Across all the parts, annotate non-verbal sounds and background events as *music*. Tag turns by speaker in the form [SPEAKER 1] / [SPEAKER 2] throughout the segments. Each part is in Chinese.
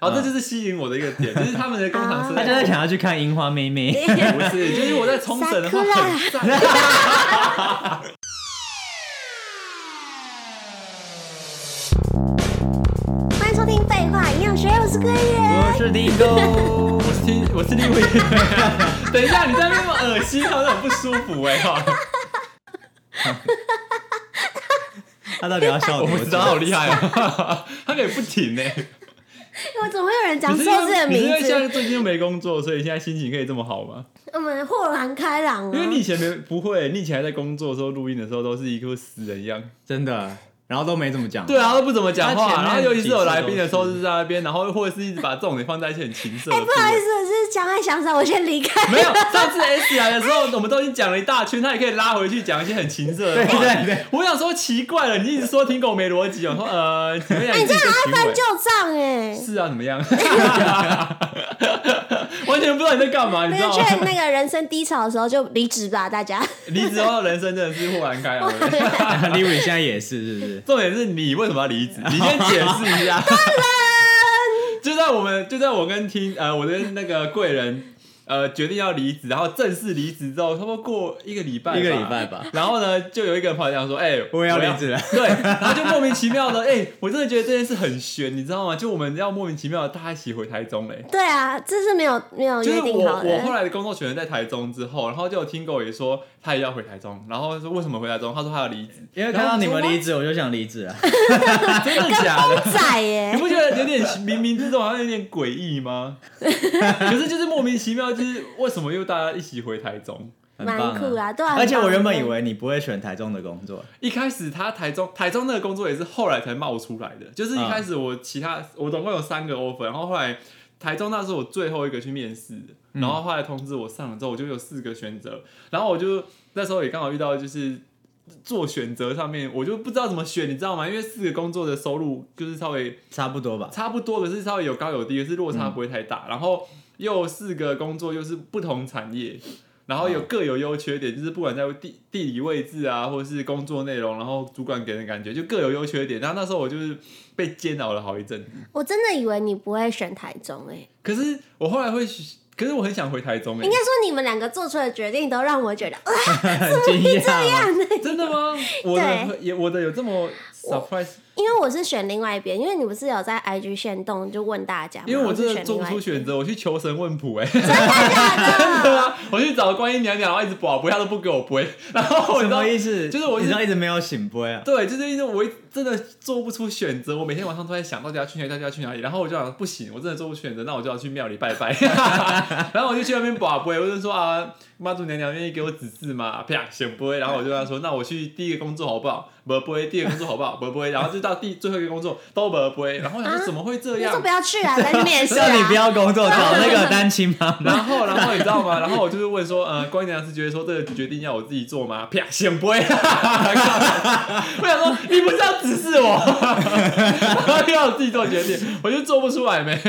[SPEAKER 1] 好，这就是吸引我的一个点，就是他们的工厂是
[SPEAKER 2] 啊
[SPEAKER 3] 他
[SPEAKER 1] 在
[SPEAKER 3] 就是想要去看樱花妹
[SPEAKER 2] *laughs*
[SPEAKER 3] 妹。
[SPEAKER 1] 不是，就是我在冲绳的话
[SPEAKER 2] 萨克拉
[SPEAKER 1] 很赞。
[SPEAKER 2] *laughs* 欢迎收听《废话营养学》，我是贵
[SPEAKER 3] 我
[SPEAKER 2] 人。
[SPEAKER 3] 是 Digo，
[SPEAKER 1] 我是听我是立伟， *laughs* 等一下你在那边那么恶心，好像很不舒服 *laughs* 哎、哈
[SPEAKER 3] 他到底要笑
[SPEAKER 1] 我
[SPEAKER 3] 多
[SPEAKER 1] 不
[SPEAKER 3] 久
[SPEAKER 1] 知道，好厉害啊！ *laughs* 他可以不停哎、
[SPEAKER 2] 我怎么会有人讲
[SPEAKER 1] 你
[SPEAKER 2] 错
[SPEAKER 1] 是因
[SPEAKER 2] 自
[SPEAKER 1] 为
[SPEAKER 2] 己的
[SPEAKER 1] 你是因
[SPEAKER 2] 名
[SPEAKER 1] 为现在
[SPEAKER 2] 字？啊
[SPEAKER 1] 最近又没工作，所以现在心情可以这么好吗？
[SPEAKER 2] 我们豁然开朗
[SPEAKER 1] 因为
[SPEAKER 2] 啊！
[SPEAKER 1] 嗯你以前没不会，你以前还在工作的时候录音的时候都是一副死人样。
[SPEAKER 3] 真的，然后都没怎么讲。
[SPEAKER 1] 对啊，都不怎么讲
[SPEAKER 3] 他前
[SPEAKER 1] 话，
[SPEAKER 3] 面
[SPEAKER 1] 然后尤其是有来宾的时候
[SPEAKER 3] 几次都
[SPEAKER 1] 是在那边，然后或者是一直把重点放在一些很情色的
[SPEAKER 2] 哎，
[SPEAKER 1] 部
[SPEAKER 2] 不好意
[SPEAKER 1] 分。
[SPEAKER 2] 思，是讲爱想想，我先
[SPEAKER 1] *laughs*
[SPEAKER 2] 离开。
[SPEAKER 1] 没有，上次 S 来的时候，我们都已经讲了一大圈，他也可以拉回去讲一些很情色的
[SPEAKER 3] 对
[SPEAKER 1] 话。
[SPEAKER 3] 对对，
[SPEAKER 1] 我想说奇怪了，你一直说听狗没逻辑，我说呃，你们俩
[SPEAKER 2] *laughs* 哎，你
[SPEAKER 1] 自
[SPEAKER 2] 这
[SPEAKER 1] 己的
[SPEAKER 2] 样很
[SPEAKER 1] 行
[SPEAKER 2] 爱翻
[SPEAKER 1] 为
[SPEAKER 2] 旧账哎！
[SPEAKER 1] 是啊，怎么样？ *laughs* 完全不知道你在干嘛，你
[SPEAKER 2] 那
[SPEAKER 1] 知道
[SPEAKER 2] 个
[SPEAKER 1] 吗？
[SPEAKER 2] 劝那个人生低潮的时候就离职吧，大家。 *laughs*
[SPEAKER 1] 离职后人生真的是豁然开朗。
[SPEAKER 3] 李伟现在也是，是不是？
[SPEAKER 1] 重点是你为什么要离
[SPEAKER 3] *laughs*
[SPEAKER 1] 职？你先解释一下。 *laughs* 就在我们就在我跟听呃我的那个贵人呃决定要离职，然后正式离职之后，差不多过一个礼拜，
[SPEAKER 3] 一个礼拜。吧。
[SPEAKER 1] *laughs* 然后呢，就有一个人跑来讲说：“哎、
[SPEAKER 3] 我也要离职了。
[SPEAKER 1] 对，然后就莫名其妙的，哎、我真的觉得这件事很悬，你知道吗？就我们要莫名其妙的大家一起回台中嘞、哎
[SPEAKER 2] 对啊，这是没有没有
[SPEAKER 1] 就是
[SPEAKER 2] 约定
[SPEAKER 1] 我
[SPEAKER 2] 好
[SPEAKER 1] 我后
[SPEAKER 2] 的。
[SPEAKER 1] 来的工作选择在台中之后，然后就有听狗也说他也要回台中，然后说为什么回台中？他说他要离
[SPEAKER 2] *laughs*
[SPEAKER 1] 职，
[SPEAKER 3] 因为看到你们离职，我就想离职啊。
[SPEAKER 1] 真的假的？
[SPEAKER 2] 在
[SPEAKER 1] 你
[SPEAKER 2] 耶，
[SPEAKER 1] 不觉得有点冥冥之中好像有点诡异吗？ *laughs* 可是就是莫名其妙，就是为什么又大家一起回台中？
[SPEAKER 3] 很棒
[SPEAKER 2] 蛮酷啊对啊
[SPEAKER 3] 而且我原本
[SPEAKER 2] 很
[SPEAKER 3] 以
[SPEAKER 2] 棒
[SPEAKER 3] 为你不会选台中的工作，
[SPEAKER 1] 一开始他台中台中那个工作也是后来才冒出来的，就是一开始我其他、我总共有三个 offer，然后后来台中那是我最后一个去面试的，然后后来通知我上了之后，我就有四个选择，然后我就那时候也刚好遇到就是做选择上面我就不知道怎么选，你知道吗？因为四个工作的收入就是稍微
[SPEAKER 3] 差不多吧。
[SPEAKER 1] 差不多，可是稍微有高有低，可是落差不会太大。然后又四个工作又是不同产业，然后有各有优缺点，就是不管在地地理位置啊，或是工作内容，然后主管给人的感觉就各有优缺点。然后那时候我就是被煎熬了好一阵子，
[SPEAKER 2] 我真的以为你不会选台中哎。
[SPEAKER 1] 可是我后来会，可是我很想回台中哎、
[SPEAKER 2] 应该说你们两个做出的决定都让我觉得，
[SPEAKER 3] *laughs*
[SPEAKER 2] 呃
[SPEAKER 3] 很惊讶 *laughs* 吗？
[SPEAKER 1] 真的吗？我的也我的有这么 surprise，
[SPEAKER 2] 因为我是选另外一边，因为你不是有在 IG 线动就问大家吗，
[SPEAKER 1] 因为我真
[SPEAKER 2] 是
[SPEAKER 1] 的
[SPEAKER 2] 选
[SPEAKER 1] 做不
[SPEAKER 2] 另外
[SPEAKER 1] 出
[SPEAKER 2] 一边
[SPEAKER 1] 选择，我去求神问卜哎、对
[SPEAKER 2] 真的
[SPEAKER 1] 啊， *laughs* 我去找观音娘娘，然后一直卜卜，她都不给我卜，欸然后我
[SPEAKER 3] 什
[SPEAKER 1] 知道
[SPEAKER 3] 么意思？
[SPEAKER 1] 就是我
[SPEAKER 3] 你知道一直没有醒杯啊。
[SPEAKER 1] 对，就是因为我一真的做不出选择，我每天晚上都在想到底要去哪里，到底要去哪里，然后我就想不行，我真的做不出选择，那我就要去庙里拜拜，然后我就去那边卜卜，我就说啊，妈祖娘娘愿意给我指示嘛，啪选卜，然后我就跟他说，那我去第一个工作好不好？卜卜，第二个工作好不好？卜卜，然后就到第最后一个工作都卜卜，然后我想说怎么会这
[SPEAKER 2] 你
[SPEAKER 1] 样
[SPEAKER 2] 说？不要去啊，在那边也是
[SPEAKER 3] 叫
[SPEAKER 2] 啊，
[SPEAKER 3] 你不要工
[SPEAKER 2] *laughs*
[SPEAKER 3] 作，找那个单亲妈 *laughs*
[SPEAKER 1] *laughs*
[SPEAKER 3] 妈。
[SPEAKER 1] 然后，然后你知道吗？然后我就是问说，呃，关于娘是觉得说这个决定要我自己做吗？啪，先不会。 *laughs* 我想说，你不是要指示我，然后要我自 *laughs* 己做决定，我就做不出来没。
[SPEAKER 3] 因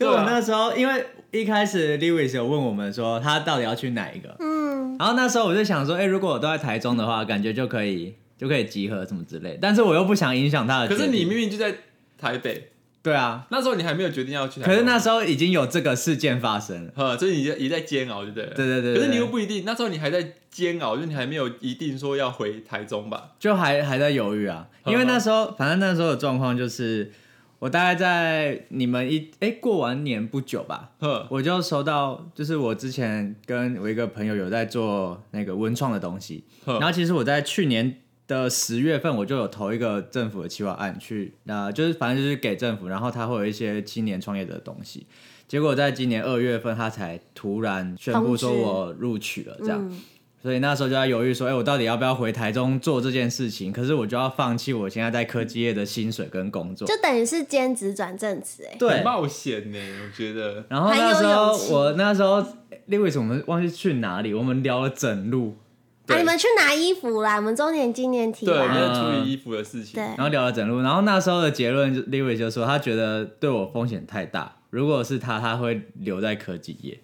[SPEAKER 1] 对啊
[SPEAKER 3] 为我
[SPEAKER 1] 吧？
[SPEAKER 3] 那时候，因为一开始 Lewis 有问我们说他到底要去哪一个，
[SPEAKER 2] 嗯，
[SPEAKER 3] 然后那时候我就想说，哎、如果我都在台中的话，感觉就可以就可以集合什么之类，但是我又不想影响他的决
[SPEAKER 1] 可
[SPEAKER 3] 定。
[SPEAKER 1] 是你明明就在台北，
[SPEAKER 3] 对啊，
[SPEAKER 1] 那时候你还没有决定要去台
[SPEAKER 3] 可
[SPEAKER 1] 北。
[SPEAKER 3] 是那时候已经有这个事件发生了。
[SPEAKER 1] 呃，所以你就也在煎熬，对不对了？
[SPEAKER 3] 对对对对
[SPEAKER 1] 可是你又不一定，那时候你还在煎熬，就是你还没有一定说要回台中吧？
[SPEAKER 3] 就还还在犹豫啊，
[SPEAKER 1] 嗯
[SPEAKER 3] 因为那时候反正那时候的状况就是，我大概在你们一哎、过完年不久吧，
[SPEAKER 1] 呵，
[SPEAKER 3] 我就收到，就是我之前跟我一个朋友有在做那个文创的东西，
[SPEAKER 1] 呵
[SPEAKER 3] 然后其实我在去年的十月份我就有投一个政府的企划案去，呃，就是反正就是给政府，然后他会有一些青年创业者的东西。结果在今年二月份，他才突然宣布说
[SPEAKER 2] 通知
[SPEAKER 3] 我录取了，这样。
[SPEAKER 2] 嗯
[SPEAKER 3] 所以那时候就在犹豫说，哎、我到底要不要回台中做这件事情？可是我就要放弃我现在在科技业的薪水跟工作。
[SPEAKER 2] 就等于是兼职转正职哎，
[SPEAKER 3] 对
[SPEAKER 1] 很，冒险呢，我觉得。
[SPEAKER 3] 然后
[SPEAKER 2] 很有
[SPEAKER 3] 那时候
[SPEAKER 2] 勇气
[SPEAKER 3] 我那时候因为什么忘记去哪里，我们聊了整路，
[SPEAKER 1] 对
[SPEAKER 2] 啊，你们去拿衣服啦，我们周年纪念体
[SPEAKER 1] 对，
[SPEAKER 2] 啦，
[SPEAKER 1] 那是处理衣服的事情。
[SPEAKER 2] 对
[SPEAKER 3] 然后聊了整路，然后那时候的结论就 l e w i 就说他觉得对我风险太大，如果是他，他会留在科技业。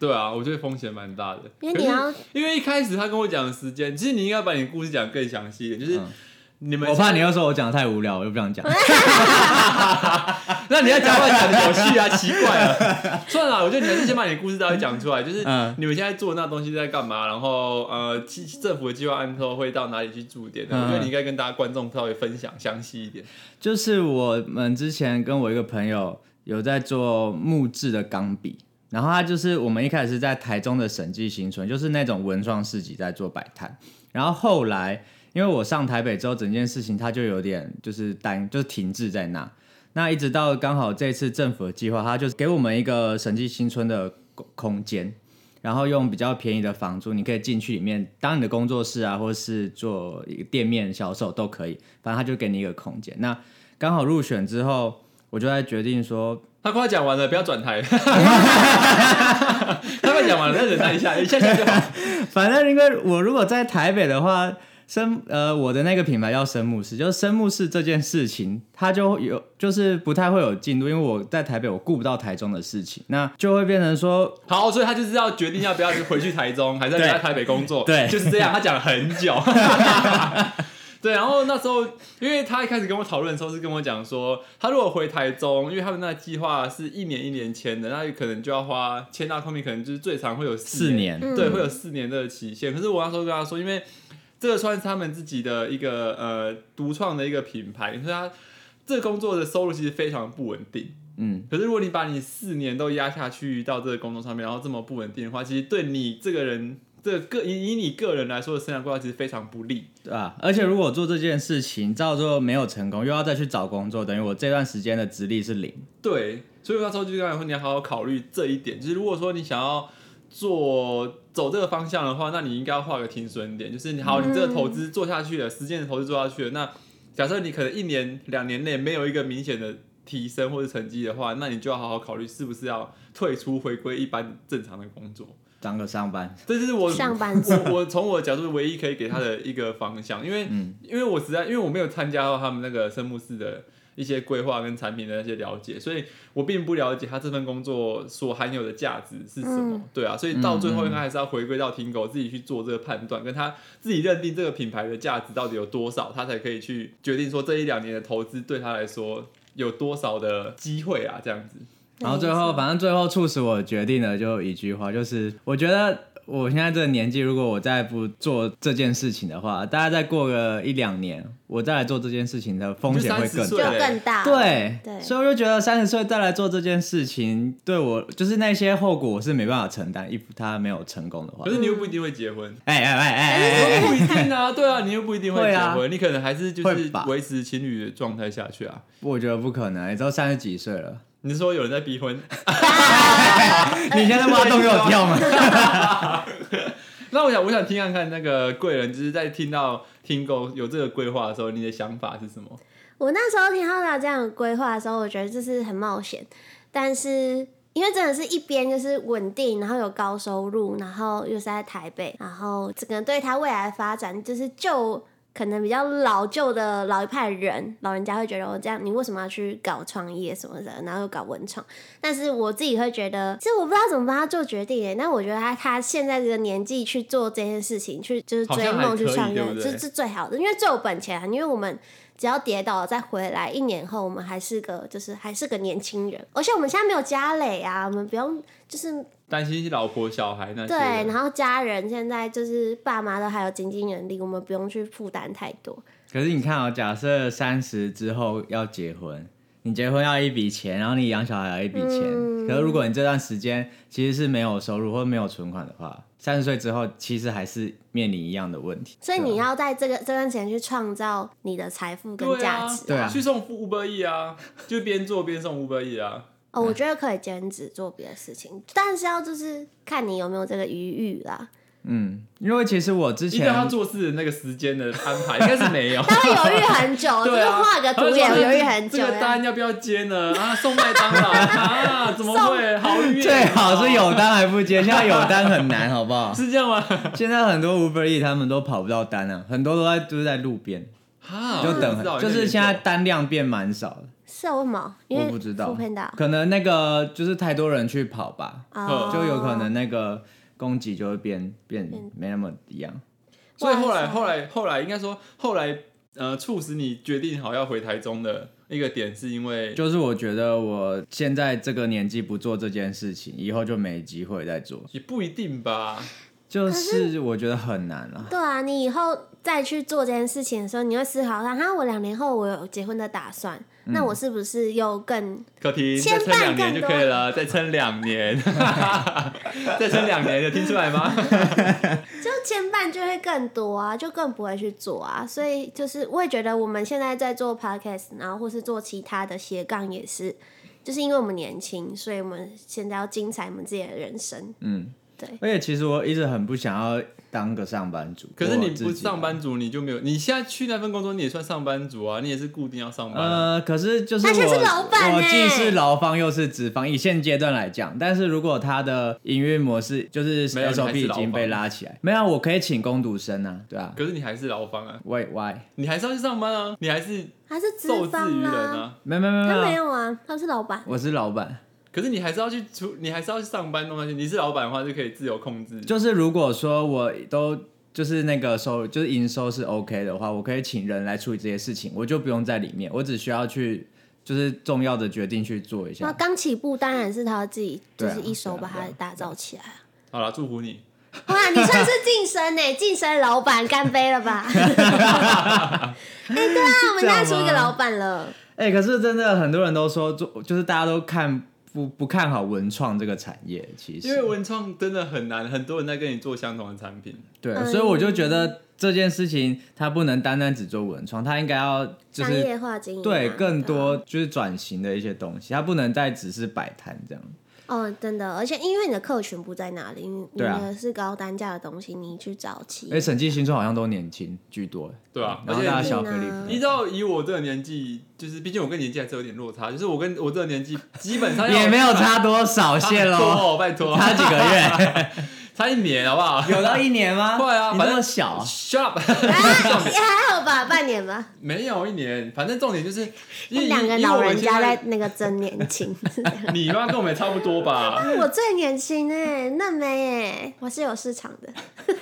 [SPEAKER 1] 对啊，我觉得风险蛮大的。
[SPEAKER 2] 因为
[SPEAKER 1] 可
[SPEAKER 2] 你
[SPEAKER 1] 是
[SPEAKER 2] 要
[SPEAKER 1] 因为一开始他跟我讲的时间，其实你应该把你的故事讲得更详细一点。就是
[SPEAKER 3] 嗯
[SPEAKER 1] 你们
[SPEAKER 3] 我怕你
[SPEAKER 1] 要
[SPEAKER 3] 又说我讲的太无聊，我就不想讲。那你要
[SPEAKER 1] 加
[SPEAKER 3] 讲
[SPEAKER 1] 快讲有趣啊，奇怪啊！ *laughs* 算了，我觉得你还是先把你的故事大概讲出来，就是
[SPEAKER 3] 嗯
[SPEAKER 1] 你们现在做的那东西在干嘛，然后呃，其政府的计划案之后会到哪里去驻点的？
[SPEAKER 3] 嗯
[SPEAKER 1] 我觉得你应该跟大家观众稍微分享详细一点。
[SPEAKER 3] 就是我们之前跟我一个朋友有在做木质的钢笔，然后他就是我们一开始是在台中的审计新村，就是那种文创市集在做摆摊，然后后来因为我上台北之后，整件事情它就有点就是单就是停滞在那，那一直到刚好这次政府的计划，它就是给我们一个审计新村的空空间。然后用比较便宜的房租，你可以进去里面当你的工作室啊，或是做一个店面销售都可以，反正他就给你一个空间。那刚好入选之后，我就在决定说，
[SPEAKER 1] 他快讲完了，不 *laughs* 要转
[SPEAKER 3] *laughs*
[SPEAKER 1] 台。他快讲完了，再忍耐一下，一下下就好。
[SPEAKER 3] 反正因为我如果在台北的话，生呃我的那个品牌叫生木市，就是生木市这件事情，它就有就是不太会有进度，因为我在台北我顾不到台中的事情，那就会变成说
[SPEAKER 1] 好，所以他就是要决定要不要回去台
[SPEAKER 3] *laughs*
[SPEAKER 1] 中，还是要留在台北工作。
[SPEAKER 3] 对
[SPEAKER 1] 就是这样。他讲了很
[SPEAKER 3] *laughs*
[SPEAKER 1] 久。对，然后那时候，因为他一开始跟我讨论的时候是跟我讲说，他如果回台中，因为他们那计划是一年一年签的，那可能就要花签到后面，可能就是最长会有
[SPEAKER 3] 四年，
[SPEAKER 2] 嗯
[SPEAKER 1] 对，会有四年的期限。可是我那时候跟他说，因为这个算是他们自己的一个呃独创的一个品牌，所以他这个工作的收入其实非常不稳定。
[SPEAKER 3] 嗯，
[SPEAKER 1] 可是如果你把你四年都压下去到这个工作上面，然后这么不稳定的话，其实对你这个人。这个个以以你个人来说的生涯规划其实非常不利，
[SPEAKER 3] 对吧、而且如果做这件事情，到最后没有成功，又要再去找工作，等于我这段时间的资历是零。
[SPEAKER 1] 对，所以我那时候就跟他说你要好好考虑这一点，就是如果说你想要做走这个方向的话，那你应该要画个停损点，就是你好，你这个投资做下去了，时间的投资做下去了，那假设你可能一年两年内没有一个明显的提升或者成绩的话，那你就要好好考虑是不是要退出回归一般正常的工作。
[SPEAKER 3] 当个上班，
[SPEAKER 1] 这就是我
[SPEAKER 2] 上班族
[SPEAKER 1] 我我 *laughs* 从我的角度唯一可以给他的一个方向，因为、
[SPEAKER 2] 嗯
[SPEAKER 1] 因为我实在因为我没有参加到他们那个生木市的一些规划跟产品的那些了解，所以我并不了解他这份工作所含有的价值是什么。
[SPEAKER 2] 嗯
[SPEAKER 1] 对啊，所以到最后应该还是要回归到听狗自己去做这个判断，跟他自己认定这个品牌的价值到底有多少，他才可以去决定说这一两年的投资对他来说有多少的机会啊，这样子。
[SPEAKER 3] 然后最后，反正最后促使我决定的就一句话，就是我觉得我现在这个年纪，如果我再不做这件事情的话，大概再过个一两年，我再来做这件事情的风险会
[SPEAKER 1] 你就30
[SPEAKER 3] 更大
[SPEAKER 1] 岁
[SPEAKER 2] 就。更大，
[SPEAKER 3] 对，
[SPEAKER 2] 对
[SPEAKER 3] 所以我就觉得三十岁再来做这件事情，对我就是那些后果我是没办法承担，一他没有成功的话
[SPEAKER 1] 可，是你又不一定会结婚。
[SPEAKER 3] 哎哎哎哎哎，
[SPEAKER 1] 不一定啊， *laughs* 对啊，你又不一定会
[SPEAKER 3] 会
[SPEAKER 1] 结
[SPEAKER 3] 啊
[SPEAKER 1] 婚，你可能还是就
[SPEAKER 3] 会
[SPEAKER 1] 是
[SPEAKER 3] 吧
[SPEAKER 1] 维持情侣的状态下去啊。
[SPEAKER 3] 我觉得不可能，也都三十几岁了，
[SPEAKER 1] 你是说有人在逼婚？ *laughs*
[SPEAKER 3] 你现在挖洞给我跳吗？
[SPEAKER 1] 那我想，我想听看看那个贵人，就是在听到听够有这个规划的时候，你的想法是什么？
[SPEAKER 2] 我那时候听到他这样的规划的时候，我觉得这是很冒险，但是因为真的是一边就是稳定，然后有高收入，然后又是在台北，然后整个对他未来的发展，就是就可能比较老旧的老一派人，老人家会觉得我哦这样，你为什么要去搞创业什么的，然后又搞文创？但是我自己会觉得，其实我不知道怎么帮他做决定耶。那我觉得他他现在这个年纪去做这件事情，去就是追
[SPEAKER 1] 好像还
[SPEAKER 2] 梦
[SPEAKER 1] 可
[SPEAKER 2] 去
[SPEAKER 1] 以
[SPEAKER 2] 创业
[SPEAKER 1] 对，不对
[SPEAKER 2] 这是最好的，因为最有本钱啊。因为我们只要跌倒了再回来，一年后我们还是个就是还是个年轻人，而且我们现在没有家累啊，我们不用就是
[SPEAKER 1] 担心老婆小孩那些
[SPEAKER 2] 对，啊
[SPEAKER 1] 的，
[SPEAKER 2] 然后家人现在就是爸妈都还有经济能力，我们不用去负担太多。
[SPEAKER 3] 可是你看哦，假设三十之后要结婚，你结婚要一笔钱，然后你养小孩要一笔钱。
[SPEAKER 2] 嗯
[SPEAKER 3] 可是如果你这段时间其实是没有收入或没有存款的话，三十岁之后其实还是面临一样的问题。
[SPEAKER 2] 所以你
[SPEAKER 3] 对啊
[SPEAKER 2] 要在这个这段时间去创造你的财富跟
[SPEAKER 1] 对
[SPEAKER 2] 价
[SPEAKER 1] 啊
[SPEAKER 2] 值，
[SPEAKER 3] 对啊
[SPEAKER 1] 去送 Uber E 啊，就边做边送 Uber E
[SPEAKER 3] *laughs*
[SPEAKER 1] 啊。
[SPEAKER 2] 哦，我觉得可以兼职做别的事情，但是要就是看你有没有这个余裕啦。
[SPEAKER 3] 嗯，因为其实我之
[SPEAKER 1] 依照他
[SPEAKER 3] 前
[SPEAKER 1] 做事的那个时间的安
[SPEAKER 3] *laughs*
[SPEAKER 1] 排，应该是没有。
[SPEAKER 2] 他会犹豫很久，
[SPEAKER 1] *laughs*
[SPEAKER 2] 就
[SPEAKER 1] 对
[SPEAKER 2] 是
[SPEAKER 1] 啊，
[SPEAKER 2] 画个图也
[SPEAKER 1] 他就说
[SPEAKER 2] 犹豫很久。哎
[SPEAKER 1] 这个单要不要接呢？啊，送麦当劳啊，怎么会？好远哦、？
[SPEAKER 3] *laughs* 最好是有单还不接，现在有单很难，好不好
[SPEAKER 1] 是这样吗？
[SPEAKER 3] 现在很多 Uber E 他们都跑不到单啊，很多都在都是在路边
[SPEAKER 1] 啊
[SPEAKER 3] 就等
[SPEAKER 1] 不知道
[SPEAKER 3] 很，就是现在单量变蛮少了。
[SPEAKER 2] 是啊为什么？因
[SPEAKER 3] 我
[SPEAKER 2] 为
[SPEAKER 3] 不知道
[SPEAKER 2] Foodpanda，
[SPEAKER 3] 可能那个就是太多人去跑吧，
[SPEAKER 2] 哦
[SPEAKER 3] 就有可能那个供给就会变变没那么一样。
[SPEAKER 1] 所以后来后来后来，应该说后来呃促使你决定好要回台中的一个点，是因为
[SPEAKER 3] 就是我觉得我现在这个年纪不做这件事情，以后就没机会再做。
[SPEAKER 1] 也不一定吧。
[SPEAKER 3] 就是我觉得很难啊。
[SPEAKER 2] 对啊，你以后再去做这件事情的时候，你会思考到，哈，我两年后我有结婚的打算，
[SPEAKER 3] 嗯
[SPEAKER 2] 那我是不是又更
[SPEAKER 1] 可婷，再
[SPEAKER 2] 牵
[SPEAKER 1] 撑两
[SPEAKER 2] 绊
[SPEAKER 1] 年就
[SPEAKER 2] 更
[SPEAKER 1] 可以了，再撑两年，再撑两年，有听出来吗？
[SPEAKER 2] 就牵绊就会更多啊，就更不会去做啊。所以就是我也觉得我们现在在做 podcast，然后或是做其他的斜杠也是，就是因为我们年轻，所以我们现在要精彩我们自己的人生。
[SPEAKER 3] 嗯，
[SPEAKER 2] 对。
[SPEAKER 3] 而且其实我一直很不想要当个上班族。
[SPEAKER 1] 可是你
[SPEAKER 3] 我自己
[SPEAKER 1] 不
[SPEAKER 3] 啊
[SPEAKER 1] 上班族，你就没有。你现在去那份工作，你也算上班族啊，你也是固定要上班啊、
[SPEAKER 3] 呃，可是就是我
[SPEAKER 2] 而且是老板
[SPEAKER 3] 我
[SPEAKER 2] 欸
[SPEAKER 3] 既是劳方又是资方，以现阶段来讲，但是如果他的营运模式就是
[SPEAKER 1] 没有你还是
[SPEAKER 3] SOP 已经被
[SPEAKER 1] 劳
[SPEAKER 3] 拉起来，没有啊，我可以请工读生啊，对啊
[SPEAKER 1] 可是你还是劳方啊，
[SPEAKER 3] ，Why Why？
[SPEAKER 1] 你还是要去上班啊，你还是
[SPEAKER 2] 他是资
[SPEAKER 1] 受制于
[SPEAKER 2] 方
[SPEAKER 1] 人
[SPEAKER 2] 啊，
[SPEAKER 1] 啊。
[SPEAKER 3] 没有没有没有
[SPEAKER 2] 他
[SPEAKER 3] 没
[SPEAKER 2] 没
[SPEAKER 3] 有，
[SPEAKER 2] 有啊，他是老板。
[SPEAKER 3] 我是老板。
[SPEAKER 1] 可是你还是要去出，你还是要去上班弄那些。你是老板的话，就可以自由控制。
[SPEAKER 3] 就是如果说我都就是那个收就是营收是 OK 的话，我可以请人来处理这些事情，我就不用在里面，我只需要去就是重要的决定去做一
[SPEAKER 2] 那
[SPEAKER 3] 下。
[SPEAKER 2] 刚起步当然是他自己，就
[SPEAKER 3] 对啊
[SPEAKER 2] 是一手
[SPEAKER 3] 对
[SPEAKER 2] 把
[SPEAKER 3] 啊
[SPEAKER 2] 它打造起来啊。
[SPEAKER 1] 好了，祝福你。
[SPEAKER 2] 哇，你算是晋升呢，晋升老板，干杯了吧！哎、对啊，我们现在出一个老板了。
[SPEAKER 3] 哎、可是真的很多人都说做，就是大家都看不不看好文创这个产业，其实
[SPEAKER 1] 因为文创真的很难，很多人在跟你做相同的产品。
[SPEAKER 3] 对，
[SPEAKER 2] 嗯
[SPEAKER 3] 所以我就觉得这件事情它不能单单只做文创，它应该要就
[SPEAKER 2] 商
[SPEAKER 3] 是
[SPEAKER 2] 业化经营啊、
[SPEAKER 3] 对更
[SPEAKER 2] 啊
[SPEAKER 3] 多就是转型的一些东西，它不能再只是摆摊这样。
[SPEAKER 2] 哦，真的，而且因为你的客群不在那里，你你
[SPEAKER 3] 对啊
[SPEAKER 2] 的是高单价的东西，你去找齐
[SPEAKER 1] 哎
[SPEAKER 2] *laughs*
[SPEAKER 3] 因为哎审计新创好像都年轻居多，
[SPEAKER 1] 对啊
[SPEAKER 3] 然
[SPEAKER 1] 而
[SPEAKER 3] 后
[SPEAKER 1] 且
[SPEAKER 3] 大家
[SPEAKER 1] 你
[SPEAKER 3] 消费力
[SPEAKER 2] 嗯
[SPEAKER 3] 不太
[SPEAKER 1] 你知道，以我这个年纪，就是毕竟我跟年纪还是有点落差，就是我跟我这个年纪基本上要
[SPEAKER 3] *laughs* 也没有差多少，
[SPEAKER 1] 差
[SPEAKER 3] 谢
[SPEAKER 1] 很多
[SPEAKER 3] 喽，
[SPEAKER 1] 哦，拜托，
[SPEAKER 3] 差几个月，
[SPEAKER 1] *laughs* 差一年好不好？
[SPEAKER 3] 有到一年吗？
[SPEAKER 1] 快啊
[SPEAKER 3] 你那
[SPEAKER 1] 反
[SPEAKER 3] 么
[SPEAKER 1] 正
[SPEAKER 3] 小啊，
[SPEAKER 1] Shut up！
[SPEAKER 2] 啊，也还好吧，半年吧。
[SPEAKER 1] *laughs* 没有一年，反正重点就是因为
[SPEAKER 2] 两个
[SPEAKER 1] 因为
[SPEAKER 2] 老
[SPEAKER 1] 我
[SPEAKER 2] 人家
[SPEAKER 1] 现
[SPEAKER 2] 在那个真年
[SPEAKER 1] *laughs*
[SPEAKER 2] 轻，
[SPEAKER 1] 你妈跟我们也差不多吧？
[SPEAKER 2] 我最年轻哎，嫩妹哎，我是有市场的。 *laughs*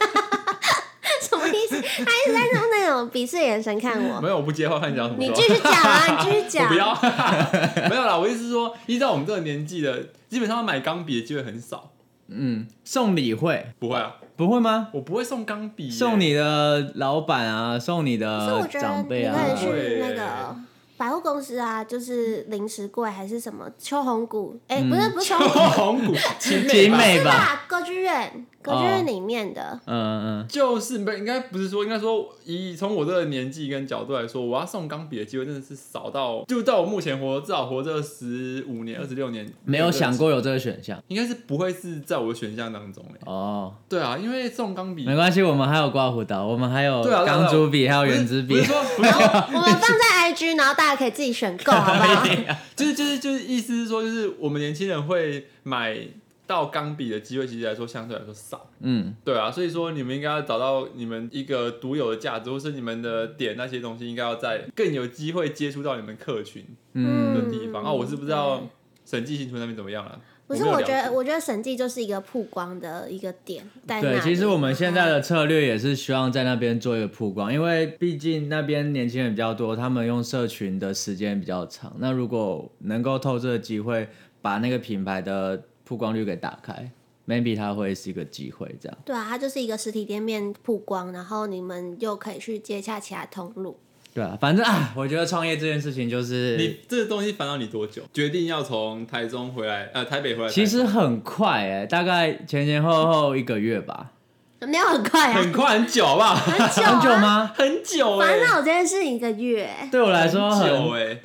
[SPEAKER 2] 什么意思？他一直在用那种鄙视眼神看我。
[SPEAKER 1] 没有，我不接话，看你讲什么
[SPEAKER 2] 你
[SPEAKER 1] 时候。
[SPEAKER 2] 继续讲啊，你继续
[SPEAKER 1] *laughs* 我
[SPEAKER 2] 讲。
[SPEAKER 1] 不要， *laughs* 没有啦。我意思是说，依照我们这个年纪的，基本上买钢笔的机会很少。
[SPEAKER 3] 嗯，送礼会
[SPEAKER 1] 不会啊，
[SPEAKER 3] 不会吗？
[SPEAKER 1] 我不会送钢笔耶、
[SPEAKER 3] 送你的老板啊，送你
[SPEAKER 2] 所以我
[SPEAKER 3] 的
[SPEAKER 2] 觉得
[SPEAKER 3] 长辈
[SPEAKER 2] 你
[SPEAKER 3] 啊，
[SPEAKER 2] 可以
[SPEAKER 1] 对
[SPEAKER 2] 去那个百货公司啊，就是零食柜还是什么秋红谷，哎、不是不是秋红谷，
[SPEAKER 1] 红 *laughs* 谷晴
[SPEAKER 3] 集
[SPEAKER 1] 吧
[SPEAKER 3] 美
[SPEAKER 2] 是
[SPEAKER 3] 吧，
[SPEAKER 2] 吧？歌剧院，歌剧院里面的，
[SPEAKER 3] 嗯嗯
[SPEAKER 1] 就是没，应该不是说，应该说以从我这个年纪跟角度来说，我要送钢笔的机会真的是少到，就到我目前活至少活这十五年、二十六年，
[SPEAKER 3] 嗯，没有想，过有这个选项
[SPEAKER 1] 应该是不会是在我的选项当中哎、
[SPEAKER 3] 哦，
[SPEAKER 1] 对啊，因为送钢笔
[SPEAKER 3] 没关系，我们还有刮胡刀，我们还有
[SPEAKER 1] 对啊对啊
[SPEAKER 3] 钢珠笔，还有
[SPEAKER 1] 不是
[SPEAKER 3] 圆珠
[SPEAKER 1] 不
[SPEAKER 3] 笔
[SPEAKER 1] 是，说不是说
[SPEAKER 3] 哦
[SPEAKER 1] *laughs*
[SPEAKER 3] *laughs*
[SPEAKER 2] 我们放在 IG，然后大家可以自己选购，好不好？
[SPEAKER 1] 就是就是就是意思是说，就是我们年轻人会买到钢笔的机会，其实来说相对来说少，
[SPEAKER 3] 嗯，
[SPEAKER 1] 对啊，所以说你们应该要找到你们一个独有的价值，或是你们的点那些东西，应该要在更有机会接触到你们客群
[SPEAKER 3] 嗯
[SPEAKER 1] 的地方。啊，我是不知
[SPEAKER 2] 嗯对
[SPEAKER 1] 道审计新出那边怎么样了、
[SPEAKER 2] 不是，
[SPEAKER 1] 没有
[SPEAKER 2] 我
[SPEAKER 1] 了
[SPEAKER 2] 觉得，
[SPEAKER 1] 解
[SPEAKER 2] 我觉得审计就是一个曝光的一个点，在那
[SPEAKER 3] 对，
[SPEAKER 2] 里嗯
[SPEAKER 3] 其实我们现在的策略也是希望在那边做一个曝光，因为毕竟那边年轻人比较多，他们用社群的时间比较长。那如果能够透这个机会，把那个品牌的曝光率给打开，maybe 它会是一个机会。这样，
[SPEAKER 2] 对啊，它就是一个实体店面曝光，然后你们又可以去接洽其他通路。
[SPEAKER 3] 对啊，反正啊，我觉得创业这件事情就是
[SPEAKER 1] 你这个东西烦恼你多久？决定要从台中回来，呃，台北回来台中，
[SPEAKER 3] 其实很快哎、大概前前后后一个月
[SPEAKER 2] *laughs*
[SPEAKER 3] 吧，
[SPEAKER 2] 没有很快啊
[SPEAKER 1] 很，快很久好不好？
[SPEAKER 2] 很久、啊、
[SPEAKER 3] 很久？吗？
[SPEAKER 1] 很久哎、
[SPEAKER 2] 烦恼这件事一个月，
[SPEAKER 3] 对我来说
[SPEAKER 1] 很
[SPEAKER 3] 很
[SPEAKER 1] 久哎、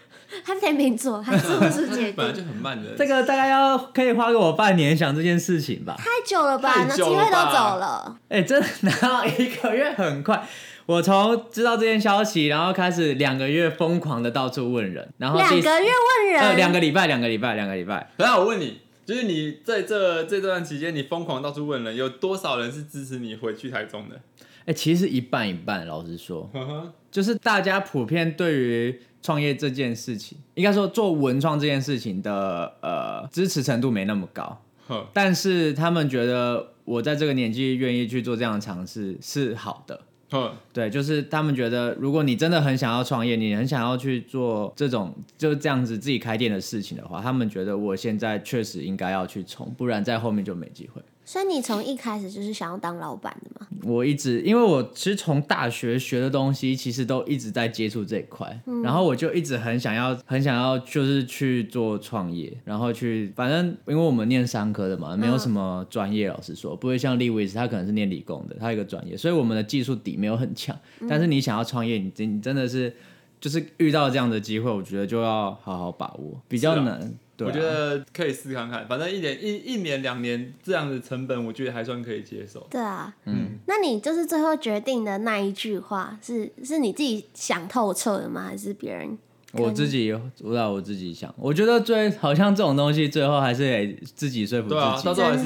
[SPEAKER 2] 他天秤座，他是不
[SPEAKER 3] *laughs*
[SPEAKER 2] 是决
[SPEAKER 1] 本来
[SPEAKER 2] 定
[SPEAKER 1] 就？很慢的。
[SPEAKER 3] 这个大概要可以花给我半年想这件事情吧。
[SPEAKER 2] 太久了吧？
[SPEAKER 1] 太
[SPEAKER 2] 那机
[SPEAKER 1] 久
[SPEAKER 2] 会
[SPEAKER 1] 了
[SPEAKER 2] 都
[SPEAKER 1] 吧
[SPEAKER 2] 走了，
[SPEAKER 3] 哎、真的， *laughs* 然后一个月很快，我从知道这件消息，然后开始两个月疯狂的到处问人，然后
[SPEAKER 2] 两
[SPEAKER 3] 第
[SPEAKER 2] 个月问
[SPEAKER 3] 呃
[SPEAKER 2] 人，
[SPEAKER 3] 两个礼拜，两个礼拜，两个礼拜，
[SPEAKER 1] 然后我问你，就是你在这这段期间，你疯狂到处问人，有多少人是支持你回去台中的？
[SPEAKER 3] 哎、其实一半一半，老实说，
[SPEAKER 1] 呵呵
[SPEAKER 3] 就是大家普遍对于创业这件事情，应该说做文创这件事情的呃支持程度没那么高，
[SPEAKER 1] 呵，
[SPEAKER 3] 但是他们觉得我在这个年纪愿意去做这样的尝试是好的，
[SPEAKER 1] 嗯，
[SPEAKER 3] 对，就是他们觉得，如果你真的很想要创业，你很想要去做这种就是这样子自己开店的事情的话，他们觉得我现在确实应该要去冲，不然在后面就没机会。
[SPEAKER 2] 所以你从一开始就是想要当老板的嘛？
[SPEAKER 3] 我一直因为我其实从大学学的东西，其实都一直在接触这一块，然后我就一直很想要，很想要就是去做创业，然后去反正因为我们念商科的嘛，没有什么专业，老实说，不会像 l e w i s 他可能是念理工的，他有一个专业，所以我们的技术底没有很强，但是你想要创业，你真你真的是就是遇到这样的机会，我觉得就要好好把握，比较
[SPEAKER 1] 是啊
[SPEAKER 3] 难。对啊、
[SPEAKER 1] 我觉得可以试看看，反正一年一一年两年这样的成本，我觉得还算可以接
[SPEAKER 3] *laughs*
[SPEAKER 1] 受。
[SPEAKER 2] 对啊，
[SPEAKER 1] 嗯，
[SPEAKER 2] 那你就是最后决定的那一句话是是你自己想透彻的吗？还是别人？
[SPEAKER 3] 我自己我道我自己想，我觉得最好像这种东西，最后还是得自己说服自
[SPEAKER 1] 对啊
[SPEAKER 3] 己。
[SPEAKER 1] 到时候还
[SPEAKER 2] 真
[SPEAKER 1] 是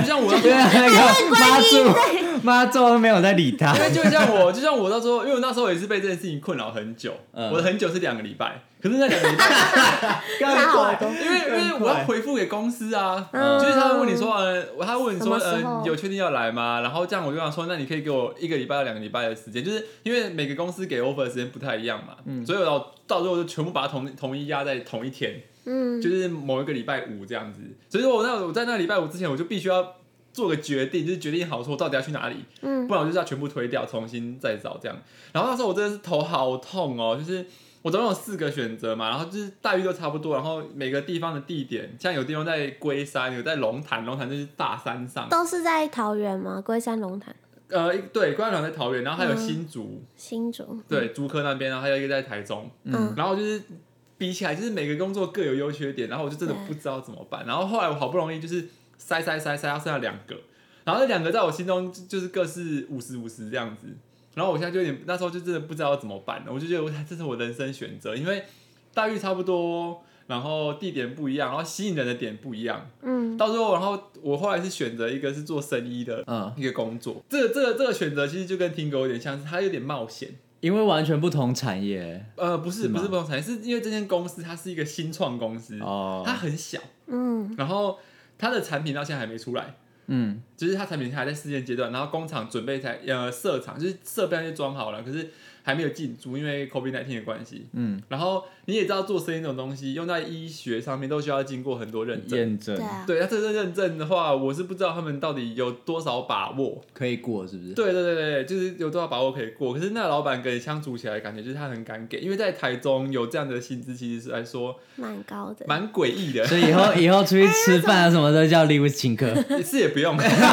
[SPEAKER 1] *laughs* 就像我那时
[SPEAKER 3] 因 *laughs*
[SPEAKER 1] 候
[SPEAKER 3] 为那个妈祖 *laughs* 妈祖都没有在理他
[SPEAKER 2] *laughs*
[SPEAKER 1] 因，为就像我，就像我那时候，因为我那时候也是被这件事情困扰很久，
[SPEAKER 3] 嗯
[SPEAKER 1] 我的很久是两个礼拜，可是那两个礼
[SPEAKER 3] *laughs*
[SPEAKER 1] 拜，
[SPEAKER 2] 差好多。
[SPEAKER 1] 因为因为我要回复给公司啊，
[SPEAKER 2] 嗯
[SPEAKER 1] 就是他会问你说，呃，他问你说，
[SPEAKER 2] 什么时候
[SPEAKER 1] 呃，有确定要来吗？然后这样我就想说，那你可以给我一个礼拜到两个礼拜的时间，就是因为每个公司给 offer 的时间不太一样嘛，
[SPEAKER 3] 嗯
[SPEAKER 1] 所以我到到最后就全部把它统统一压在同一天，
[SPEAKER 2] 嗯，
[SPEAKER 1] 就是某一个礼拜五这样子。所以说我那我在那个礼拜五之前，我就必须要做个决定，就是决定好说我到底要去哪里，
[SPEAKER 2] 嗯
[SPEAKER 1] 不然我就是要全部推掉，重新再找这样。然后那时候我真的是头好痛哦，就是我总共有四个选择嘛，然后就是待遇都差不多，然后每个地方的地点，像有地方在龟山，有在龙潭，龙潭就是大山上，
[SPEAKER 2] 都是在桃园吗？龟山龙潭、
[SPEAKER 1] 呃，对，龟山龙潭在桃园，然后还
[SPEAKER 2] 嗯
[SPEAKER 1] 有新竹，
[SPEAKER 2] 新竹。
[SPEAKER 1] 对，竹科那边，然后还有一个在台中，
[SPEAKER 2] 嗯，
[SPEAKER 1] 然后就是比起来，就是每个工作各有优缺点，然后我就真的不知道怎么办。然后后来我好不容易就是筛筛筛筛，到剩下两个，然后那两个在我心中就就是各是五十五十这样子。然后我现在就有点，那时候就真的不知道怎么办了，我就觉得我这是我人生选择，因为待遇差不多，然后地点不一样，然后吸引人的点不一样。
[SPEAKER 2] 嗯，
[SPEAKER 1] 到最后，然后我后来是选择一个是做生意的
[SPEAKER 3] 嗯
[SPEAKER 1] 一个工作，这个这个这个选择其实就跟听狗有点像，是它有点冒险。
[SPEAKER 3] 因为完全不同产业
[SPEAKER 1] 呃，不是，
[SPEAKER 3] 是吗
[SPEAKER 1] 不是不动产，是因为这间公司它是一个新创公司，
[SPEAKER 3] 哦
[SPEAKER 1] 它。很小，
[SPEAKER 2] 嗯，
[SPEAKER 1] 然后它的产品到现在还没出来，
[SPEAKER 3] 嗯，
[SPEAKER 1] 就是它产品还在试验阶段，然后工厂准备才呃设厂，就是设备那些装好了，可是还没有进驻，因为 COVID 1 9的关系。
[SPEAKER 3] 嗯，
[SPEAKER 1] 然后你也知道做生意这种东西，用在医学上面都需要经过很多认证。
[SPEAKER 3] 验证
[SPEAKER 2] 对啊，
[SPEAKER 1] 对，那这个认证的话，我是不知道他们到底有多少把握。
[SPEAKER 3] 可以过是不是？
[SPEAKER 1] 对对对对，就是有多少把握可以过。可是那老板跟你相处起来，感觉就是他很敢给，因为在台中有这样的薪资，其实是来说
[SPEAKER 2] 蛮高的。
[SPEAKER 1] 蛮诡异的，
[SPEAKER 3] 所以以后 *laughs* 以后出去吃饭啊什么的叫 Lewis 请客，
[SPEAKER 1] 也是也不用， *laughs*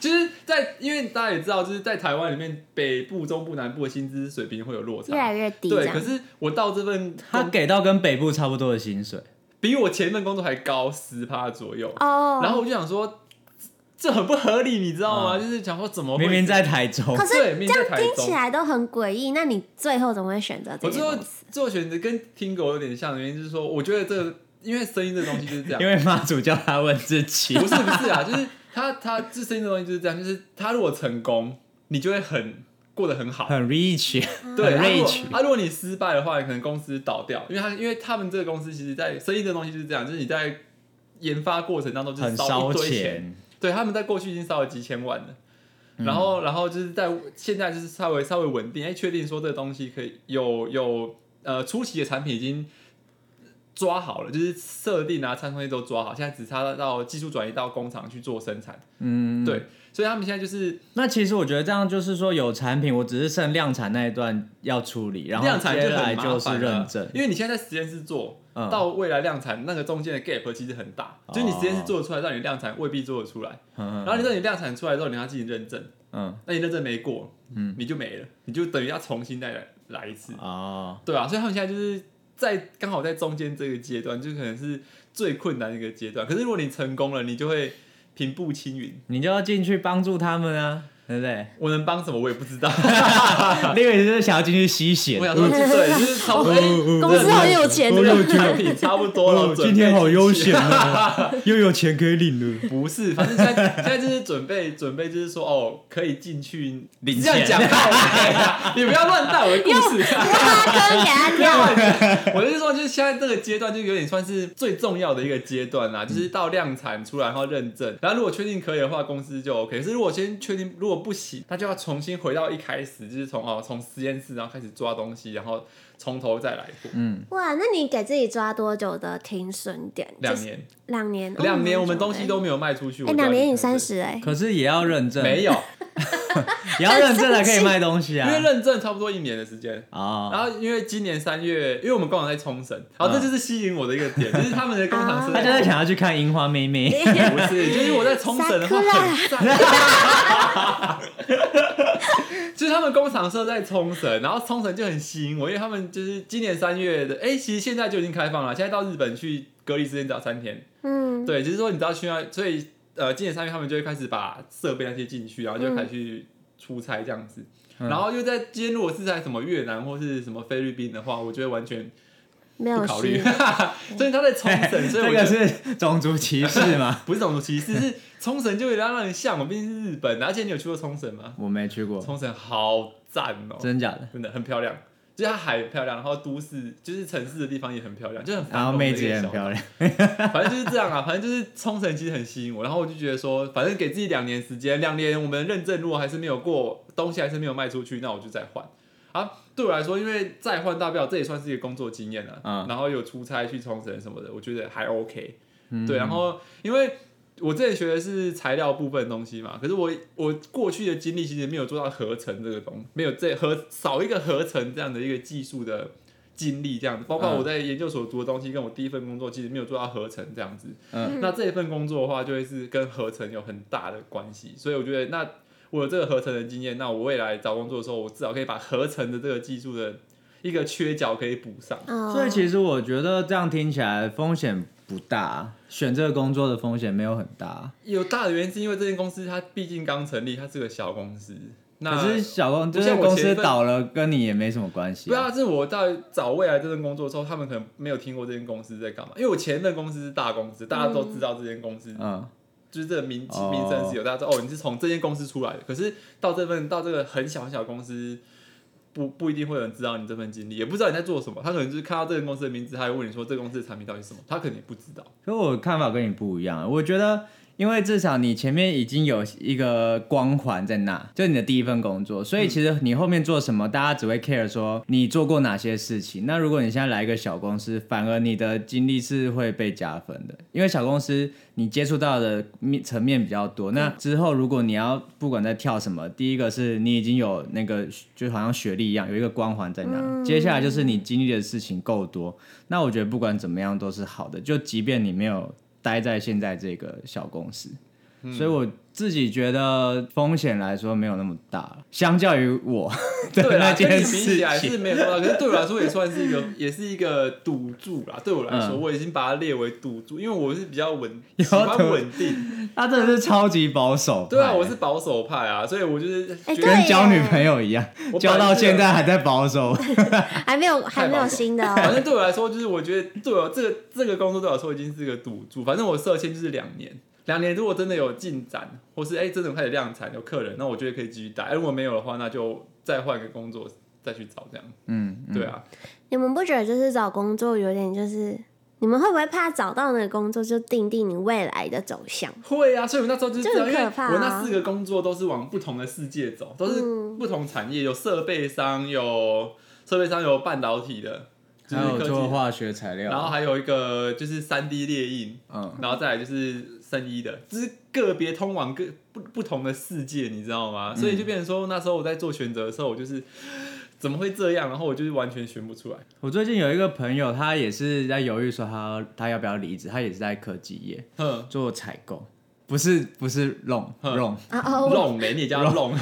[SPEAKER 1] 就是在因为大家也知道，就是在台湾里面，北部、中部、南部的薪资水平会有落
[SPEAKER 2] 越
[SPEAKER 1] 差。
[SPEAKER 2] 来越低这
[SPEAKER 1] 对，
[SPEAKER 2] 样
[SPEAKER 1] 可。是我到这份
[SPEAKER 3] *laughs* 他给到跟北部差不多的薪水，
[SPEAKER 1] 比我前一份工作还高十趴左右，
[SPEAKER 2] 哦，
[SPEAKER 1] 然后我就想说，这这很不合理，你知道吗？
[SPEAKER 3] 嗯
[SPEAKER 1] 就是想说怎么会
[SPEAKER 3] 明明在台中
[SPEAKER 2] 可，是
[SPEAKER 1] 对，明明在台
[SPEAKER 2] 听
[SPEAKER 1] 中
[SPEAKER 2] 起。来都很诡异。那你最后怎么会选择这
[SPEAKER 1] 我
[SPEAKER 2] 间
[SPEAKER 1] 最后
[SPEAKER 2] 公司？
[SPEAKER 1] 做选择跟听狗有点像的原因，就是说，我觉得这个，因为声音这东西就是这样，
[SPEAKER 3] *laughs* 因为妈祖叫他问自 *laughs* 己
[SPEAKER 1] 不，是不是啊，就是他他这声音这东西就是这样，就是他如果成功，你就会很过得很好，
[SPEAKER 3] 很 *laughs* rich，
[SPEAKER 1] 对，
[SPEAKER 3] 很
[SPEAKER 1] 他如果
[SPEAKER 3] rich
[SPEAKER 1] 啊，如果你失败的话，你可能公司倒掉，因为他因为他们这个公司其实在生意这东西就是这样，就是你在研发过程当中就是
[SPEAKER 3] 很烧
[SPEAKER 1] 一堆
[SPEAKER 3] 钱，
[SPEAKER 1] 对，他们在过去已经烧了几千万了，
[SPEAKER 3] 嗯
[SPEAKER 1] 然后、然后就是在现在就是稍微稍微稳定，哎，确定说这个东西可以有有呃初期的产品已经抓好了，就是设定啊、参数都抓好，现在只差到技术转移到工厂去做生产，
[SPEAKER 3] 嗯，
[SPEAKER 1] 对，所以他们现在就是
[SPEAKER 3] 那其实我觉得这样就是说有产品，我只是剩量产那一段要处理，然后
[SPEAKER 1] 量产
[SPEAKER 3] 接
[SPEAKER 1] 很
[SPEAKER 3] 下来
[SPEAKER 1] 麻烦
[SPEAKER 3] 就是
[SPEAKER 1] 了
[SPEAKER 3] 认证。
[SPEAKER 1] 因为你现在在实验室做。
[SPEAKER 3] 嗯
[SPEAKER 1] 到未来量产那个中间的 gap 其实很大，
[SPEAKER 3] 哦
[SPEAKER 1] 就是你实验室做得出来，但你量产未必做得出来。
[SPEAKER 3] 嗯
[SPEAKER 1] 然后你让你量产出来之后，你要进行认证，
[SPEAKER 3] 嗯
[SPEAKER 1] 那你认证没过，嗯，你就没了，你就等于要重新再来来一次，
[SPEAKER 3] 哦，
[SPEAKER 1] 对啊，所以他们现在就是在刚好在中间这个阶段，就可能是最困难的一个阶段。可是如果你成功了，你就会平步青云。
[SPEAKER 3] 你就要进去帮助他们啊，对不
[SPEAKER 1] *laughs*
[SPEAKER 3] 对？
[SPEAKER 1] 我能帮什么我也不知道，
[SPEAKER 3] 另外就是想要进去吸血
[SPEAKER 1] 我。想说对，就是差不多，哎
[SPEAKER 2] 公司好有钱
[SPEAKER 1] 这
[SPEAKER 2] 的
[SPEAKER 1] 个产品差不多了，
[SPEAKER 3] 哦，
[SPEAKER 1] 准备
[SPEAKER 3] 今天好
[SPEAKER 1] 进去
[SPEAKER 3] 悠闲啊， *laughs* 又有钱可以领
[SPEAKER 1] *laughs*
[SPEAKER 3] 了。
[SPEAKER 1] 不是，反正现在现在就是准备准备，就是说哦，可以进去
[SPEAKER 3] 领
[SPEAKER 1] 这样
[SPEAKER 3] 钱
[SPEAKER 1] 讲靠北啊，你不要乱带我的故事。
[SPEAKER 2] *laughs* 挖坑给他
[SPEAKER 1] *laughs* 不要
[SPEAKER 2] 跳。
[SPEAKER 1] 乱讲我就是说，就是现在这个阶段，就有点算是最重要的一个阶段啦，就是到量产出来，然后认证，然后如果确定可以的话，公司就 OK。可是如果先确定，如果果不行，那就要重新回到一开始，就是从哦从实验室然后开始抓东西，然后从头再来过。
[SPEAKER 2] 哇，那你给自己抓多久的停损点？
[SPEAKER 1] 两
[SPEAKER 2] 就是
[SPEAKER 1] 年，
[SPEAKER 2] 两年，哦
[SPEAKER 1] 两年我们
[SPEAKER 2] 蛮久
[SPEAKER 1] 东
[SPEAKER 2] 的
[SPEAKER 1] 西都没有卖出去。
[SPEAKER 2] 哎，
[SPEAKER 1] 我就要
[SPEAKER 2] 两年
[SPEAKER 1] 离
[SPEAKER 2] 你
[SPEAKER 1] 开
[SPEAKER 2] 三十哎，
[SPEAKER 3] 可是也要认证，
[SPEAKER 1] 没有，
[SPEAKER 3] 也要认证才可以卖东西
[SPEAKER 1] 因
[SPEAKER 3] 啊。
[SPEAKER 1] 为认证差不多一年的时间。
[SPEAKER 3] 啊，
[SPEAKER 1] 然后因为今年三月，因为我们工厂在冲绳，然后这
[SPEAKER 3] 嗯
[SPEAKER 1] 就是吸引我的一个点，就是他们的工厂
[SPEAKER 2] *laughs*
[SPEAKER 1] 是
[SPEAKER 3] 他
[SPEAKER 1] 在
[SPEAKER 3] 就在想要去看樱花妹妹，
[SPEAKER 1] *laughs* 不是，就是我在冲绳的话
[SPEAKER 2] Sakura
[SPEAKER 1] 很赞。 *laughs* 就是他们工厂设在冲绳，然后冲绳就很吸引我，因为他们就是今年三月的，哎、其实现在就已经开放了，现在到日本去隔离时间只要三天。
[SPEAKER 2] 嗯，
[SPEAKER 1] 对，就是说你只要去那，所以呃，今年三月他们就会开始把设备那些进去，然后就开始去出差这样子。
[SPEAKER 3] 嗯
[SPEAKER 1] 嗯然后又在今天如果是在什么越南或是什么菲律宾的话，我觉得完全
[SPEAKER 2] 没
[SPEAKER 1] 不
[SPEAKER 2] 有
[SPEAKER 1] 考虑
[SPEAKER 2] 戏。。
[SPEAKER 1] *laughs* 所以他在冲
[SPEAKER 3] *laughs*
[SPEAKER 1] 绳，所以我
[SPEAKER 3] 这
[SPEAKER 1] 觉得
[SPEAKER 3] 个是种族歧视
[SPEAKER 1] *laughs*
[SPEAKER 3] 吗？
[SPEAKER 1] 不是种族歧视，是冲绳就有点让人向往，毕竟是日本啊的。而且你有去过冲绳吗？
[SPEAKER 3] 我没去过，
[SPEAKER 1] 冲绳好赞哦、
[SPEAKER 3] 真假
[SPEAKER 1] *laughs*
[SPEAKER 3] 的？
[SPEAKER 1] 真的很漂亮，就是它海很漂亮，然后都市就是城市的地方也很漂亮，就很繁
[SPEAKER 3] 然后
[SPEAKER 1] 荣的
[SPEAKER 3] 妹
[SPEAKER 1] 一
[SPEAKER 3] 子也
[SPEAKER 1] 个
[SPEAKER 3] 很
[SPEAKER 1] 小岛
[SPEAKER 3] 漂亮，
[SPEAKER 1] 反正就是这样啊，反正就是冲绳其实很吸引我，然后我就觉得说，反正给自己两年时间，两年我们认证如果还是没有过，东西还是没有卖出去，那我就再换。啊，对我来说，因为再换大不了这也算是一个工作经验了、啊
[SPEAKER 3] 嗯
[SPEAKER 1] 然后有出差去冲绳什么的，我觉得还 OK。对，
[SPEAKER 3] 嗯
[SPEAKER 1] 然后因为我之前学的是材料部分的东西嘛，可是我我过去的经历其实没有做到合成这个东，没有这合少一个合成这样的一个技术的经历，这样子，包括
[SPEAKER 3] 嗯
[SPEAKER 1] 我在研究所读的东西，跟我第一份工作其实没有做到合成这样子。
[SPEAKER 3] 嗯
[SPEAKER 1] 那这一份工作的话，就会是跟合成有很大的关系，所以我觉得那我有这个合成的经验，那我未来找工作的时候，我至少可以把合成的这个技术的一个缺角可以补上。
[SPEAKER 2] 哦
[SPEAKER 3] 所以其实我觉得这样听起来风险不大，选这个工作的风险没有很大。
[SPEAKER 1] 有大的原因是因为这间公司它毕竟刚成立，它是个小公司。那
[SPEAKER 3] 可是小公
[SPEAKER 1] 不
[SPEAKER 3] 就
[SPEAKER 1] 像
[SPEAKER 3] 是
[SPEAKER 1] 我
[SPEAKER 3] 公司
[SPEAKER 1] 前一份
[SPEAKER 3] 倒了，跟你也没什么关
[SPEAKER 1] 啊
[SPEAKER 3] 系、
[SPEAKER 1] 不要，是我在找未来这份工作的时候，他们可能没有听过这间公司在干嘛。因为我前一份公司是大公司，大家都知道这间公司，
[SPEAKER 3] 嗯，
[SPEAKER 1] 就是这个名
[SPEAKER 3] 哦
[SPEAKER 1] 名声是有，大家知道哦，你是从这间公司出来的。可是到这份到这个很小很小的公司，不不一定会有人知道你这份经历，也不知道你在做什么。他可能就是看到这个公司的名字，他会问你说这个公司的产品到底是什么，他可能也不知道。
[SPEAKER 3] 可我看法跟你不一样，我觉得。因为至少你前面已经有一个光环在那，就是你的第一份工作，所以其实你后面做什么，大家只会 care 说你做过哪些事情。那如果你现在来一个小公司，反而你的经历是会被加分的，因为小公司你接触到的面层面比较多。那之后如果你要不管在跳什么，第一个是你已经有那个就好像学历一样，有一个光环在那，接下来就是你经历的事情够多，那我觉得不管怎么样都是好的，就即便你没有待在现在这个小公司，
[SPEAKER 1] 嗯
[SPEAKER 3] 所以我自己觉得风险来说没有那么大，相较于我 *laughs* 的
[SPEAKER 1] 对
[SPEAKER 3] 那
[SPEAKER 1] 啦，跟
[SPEAKER 3] 件
[SPEAKER 1] 你比
[SPEAKER 3] 事
[SPEAKER 1] 起来
[SPEAKER 3] 情，
[SPEAKER 1] 是没有办法，可是对我来说也算是一个，也是一个赌注啦。对我来说，
[SPEAKER 3] 嗯
[SPEAKER 1] 我已经把它列为赌注，因为我是比较稳，
[SPEAKER 3] *laughs* 有啊
[SPEAKER 1] 喜欢
[SPEAKER 3] 赌
[SPEAKER 1] 稳定。
[SPEAKER 3] 他真的是超级保守派，
[SPEAKER 1] 对啊，我是保守派啊，所以我就是
[SPEAKER 2] 哎
[SPEAKER 1] 觉
[SPEAKER 2] 对
[SPEAKER 1] 得
[SPEAKER 3] 跟交女朋友一样，
[SPEAKER 1] 我
[SPEAKER 3] 交到现
[SPEAKER 1] 本来
[SPEAKER 3] 在还在
[SPEAKER 1] *laughs*
[SPEAKER 3] 保守，
[SPEAKER 2] 还没有还没有新的
[SPEAKER 1] 是个。反 *laughs*
[SPEAKER 2] 哦，
[SPEAKER 1] 正对我来说，就是我觉得对我这个这个工作对我来说已经是个赌注。反正我设限就是两年，两年如果真的有进展，或是哎、真的开始量产有客人，那我觉得可以继续打。哎如果没有的话，那就再换个工作再去找这样。
[SPEAKER 3] 嗯，嗯
[SPEAKER 1] 对啊，
[SPEAKER 2] 你们不觉得就是找工作有点就是，你们会不会怕找到那个工作就定定你未来的走
[SPEAKER 1] *laughs*
[SPEAKER 2] 向？
[SPEAKER 1] 会啊，所以我那时候就是这样，
[SPEAKER 2] 就
[SPEAKER 1] 因
[SPEAKER 2] 很
[SPEAKER 1] 为
[SPEAKER 2] 可怕啊
[SPEAKER 1] 我那四个工作都是往不同的世界走，都是
[SPEAKER 2] 嗯
[SPEAKER 1] 不同产业，有设备商，有设备商有半导体的，就
[SPEAKER 3] 还
[SPEAKER 1] 是
[SPEAKER 3] 有
[SPEAKER 1] 科
[SPEAKER 3] 做
[SPEAKER 1] 技，
[SPEAKER 3] 化学材料，
[SPEAKER 1] 然后还有一个就是三 D 列印，
[SPEAKER 3] 嗯，
[SPEAKER 1] 然后再来就是生医的，就是个别通往各不不同的世界，你知道吗？所以就变成说，那时候我在做选择的时候，我就是 *gasps* 怎么会这样，然后我就是完全选不出来。
[SPEAKER 3] 我最近有一个朋友，他也是在犹豫说他他要不要离职，他也是在科技业
[SPEAKER 1] 哼，
[SPEAKER 3] 做采购，不是不是弄
[SPEAKER 1] 嗯
[SPEAKER 3] 弄。
[SPEAKER 2] 啊哦，
[SPEAKER 1] 弄没你也叫弄，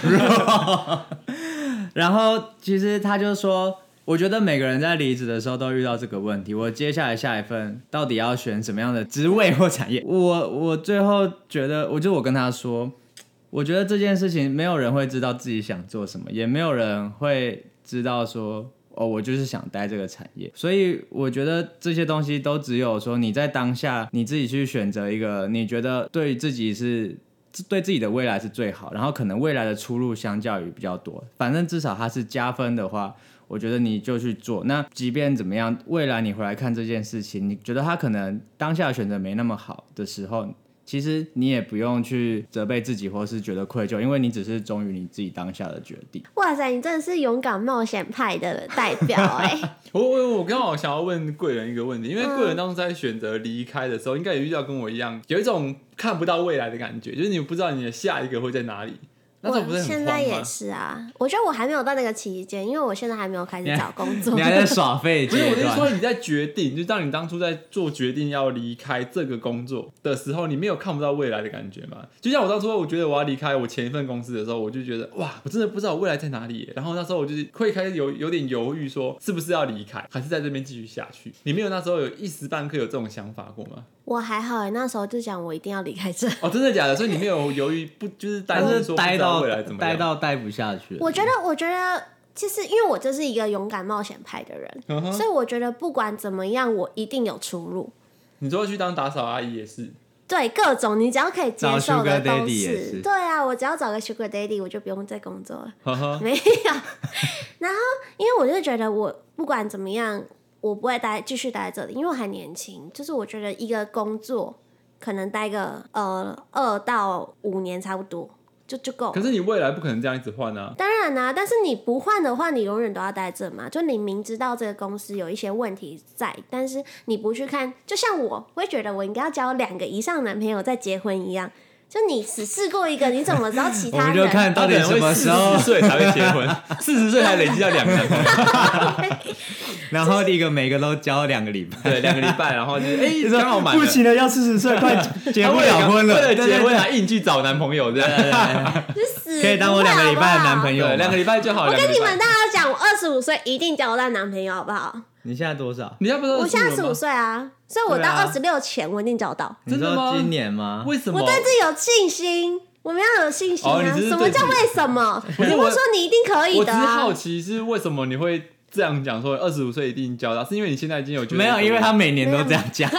[SPEAKER 3] 然后其实他就说，我觉得每个人在离职的时候都遇到这个问题。我接下来下一份到底要选什么样的职位或产业？我我最后觉得，我就我跟他说，我觉得这件事情没有人会知道自己想做什么，也没有人会知道说。哦，我就是想待这个产业，所以我觉得这些东西都只有说你在当下你自己去选择一个你觉得对自己是对自己的未来是最好，然后可能未来的出路相较于比较多，反正至少它是加分的话，我觉得你就去做。那即便怎么样，未来你回来看这件事情，你觉得他可能当下的选择没那么好的时候，其实你也不用去责备自己，或是觉得愧疚，因为你只是忠于你自己当下的决
[SPEAKER 2] *laughs*
[SPEAKER 3] 定。
[SPEAKER 2] 哇塞，你真的是勇敢冒险派的代表哎、
[SPEAKER 1] *laughs* 我我我刚好想要问贵人一个问题，因
[SPEAKER 2] 嗯
[SPEAKER 1] 为贵人当时在选择离开的时候，应该也遇到跟我一样，有一种看不到未来的感觉，就是你不知道你的下一个会在哪里。那种不
[SPEAKER 2] 我
[SPEAKER 1] 是
[SPEAKER 2] 现
[SPEAKER 1] 很
[SPEAKER 2] 在
[SPEAKER 1] 慌
[SPEAKER 2] 也
[SPEAKER 1] 吗？
[SPEAKER 2] 是啊，我觉得我还没有到那个期间，因为我现在还没有开
[SPEAKER 3] 你
[SPEAKER 2] 始
[SPEAKER 3] 还
[SPEAKER 2] 找工
[SPEAKER 1] *laughs*
[SPEAKER 2] 作
[SPEAKER 3] 你。还在耍废
[SPEAKER 1] 所以
[SPEAKER 3] 阶
[SPEAKER 1] 我是
[SPEAKER 3] 段，
[SPEAKER 1] 说你在决定，就当你当初在做决定要离开这个工作的时候，你没有看不到未来的感觉嘛？就像我当初我觉得我要离开我前一份公司的时候，我就觉得哇，我真的不知道我未来在哪里耶。然后那时候我就是会开始有有点犹豫，说是不是要离开，还是在这边继续下去？你没有那时候有一时半刻有这种想法过吗？
[SPEAKER 2] *laughs* 我还好哎、那时候就讲我一定要离开这。
[SPEAKER 1] *laughs* 哦，真的假的？所以你没有犹豫不就是担
[SPEAKER 3] 但
[SPEAKER 1] 心
[SPEAKER 3] 是
[SPEAKER 1] 说
[SPEAKER 3] 待
[SPEAKER 1] 不
[SPEAKER 3] 到
[SPEAKER 1] 知道未来怎么样
[SPEAKER 3] 待到待不下去了。
[SPEAKER 2] 我觉得，我觉得，其实因为我就是一个勇敢冒险派的人，
[SPEAKER 1] 嗯哼
[SPEAKER 2] 所以我觉得不管怎么样，我一定有出路。
[SPEAKER 1] 你说去当打扫阿姨也是，
[SPEAKER 2] 对各种你只要可以接受的
[SPEAKER 3] 找 sugar
[SPEAKER 2] 都
[SPEAKER 3] daddy 也是
[SPEAKER 2] 对啊，我只要找个 Sugar Daddy，我就不用再工作了。
[SPEAKER 1] 呵呵，
[SPEAKER 2] 没有， *laughs* 然后因为我就觉得我不管怎么样，我不会待继续待在这里，因为我还年轻。就是我觉得一个工作可能待个呃二到五年差不多就就够了
[SPEAKER 1] 可。是你未来不可能这样一直换啊。
[SPEAKER 2] 当然啦、但是你不换的话，你永远都要待这嘛。就你明知道这个公司有一些问题在，但是你不去看，就像我会觉得我应该要交两个以上男朋友再结婚一样。就你只试过一个，你怎么知道其
[SPEAKER 3] 我
[SPEAKER 2] 他
[SPEAKER 3] 们
[SPEAKER 2] 人？
[SPEAKER 1] *laughs*
[SPEAKER 3] 就看到底什么时候
[SPEAKER 1] 四十，岁才会结婚， *laughs* 四十岁才累积到两个男朋友，
[SPEAKER 3] 然后一个每个都交两个礼拜，
[SPEAKER 1] *laughs* 对，两个礼拜，然后就是 *laughs*
[SPEAKER 3] *laughs* 就
[SPEAKER 1] 哎，
[SPEAKER 3] 说
[SPEAKER 1] 刚好满了
[SPEAKER 3] 不，行了，要四十岁，快
[SPEAKER 1] *laughs*
[SPEAKER 3] 结
[SPEAKER 1] 他
[SPEAKER 3] 不
[SPEAKER 1] 为
[SPEAKER 3] 了婚了，
[SPEAKER 1] 为了
[SPEAKER 3] 对
[SPEAKER 1] 结婚
[SPEAKER 3] 对
[SPEAKER 1] 还硬去找 *laughs* 男朋友这样，
[SPEAKER 2] 就死
[SPEAKER 3] 对可以当我两个礼拜的男朋
[SPEAKER 2] 友。
[SPEAKER 3] 友吗
[SPEAKER 1] 对，两个礼拜就好。
[SPEAKER 2] 我
[SPEAKER 1] 两
[SPEAKER 2] 跟
[SPEAKER 1] 个礼
[SPEAKER 2] 你
[SPEAKER 1] 拜
[SPEAKER 2] 们，大家讲，我二十五岁一定交到男朋友，好不好？
[SPEAKER 3] 你现在多少？
[SPEAKER 1] 你要不是
[SPEAKER 2] 我现在十
[SPEAKER 1] 25
[SPEAKER 2] 五
[SPEAKER 1] 吗，
[SPEAKER 2] 岁啊，所以我
[SPEAKER 1] 对
[SPEAKER 2] 到
[SPEAKER 1] 啊
[SPEAKER 2] 二十六前我一定交到。
[SPEAKER 3] 你
[SPEAKER 1] 真的吗
[SPEAKER 3] 说今年吗？
[SPEAKER 1] 为什么
[SPEAKER 2] 我？对自己有信心，我们要有信心
[SPEAKER 1] 哦
[SPEAKER 2] 啊！
[SPEAKER 1] 你这是
[SPEAKER 2] 什么
[SPEAKER 1] 对
[SPEAKER 2] 叫
[SPEAKER 1] 自己
[SPEAKER 2] 为什么？
[SPEAKER 1] 不
[SPEAKER 2] 你
[SPEAKER 1] 是
[SPEAKER 2] 不
[SPEAKER 1] 我
[SPEAKER 2] 说你一定可以
[SPEAKER 1] 我只
[SPEAKER 2] 的
[SPEAKER 1] 是
[SPEAKER 2] 啊
[SPEAKER 1] 好！奇是为什么你会这样讲说二十五岁一定交到，是因为你现在已经有觉得
[SPEAKER 3] 没有，因为他每年都这样讲。
[SPEAKER 2] 而且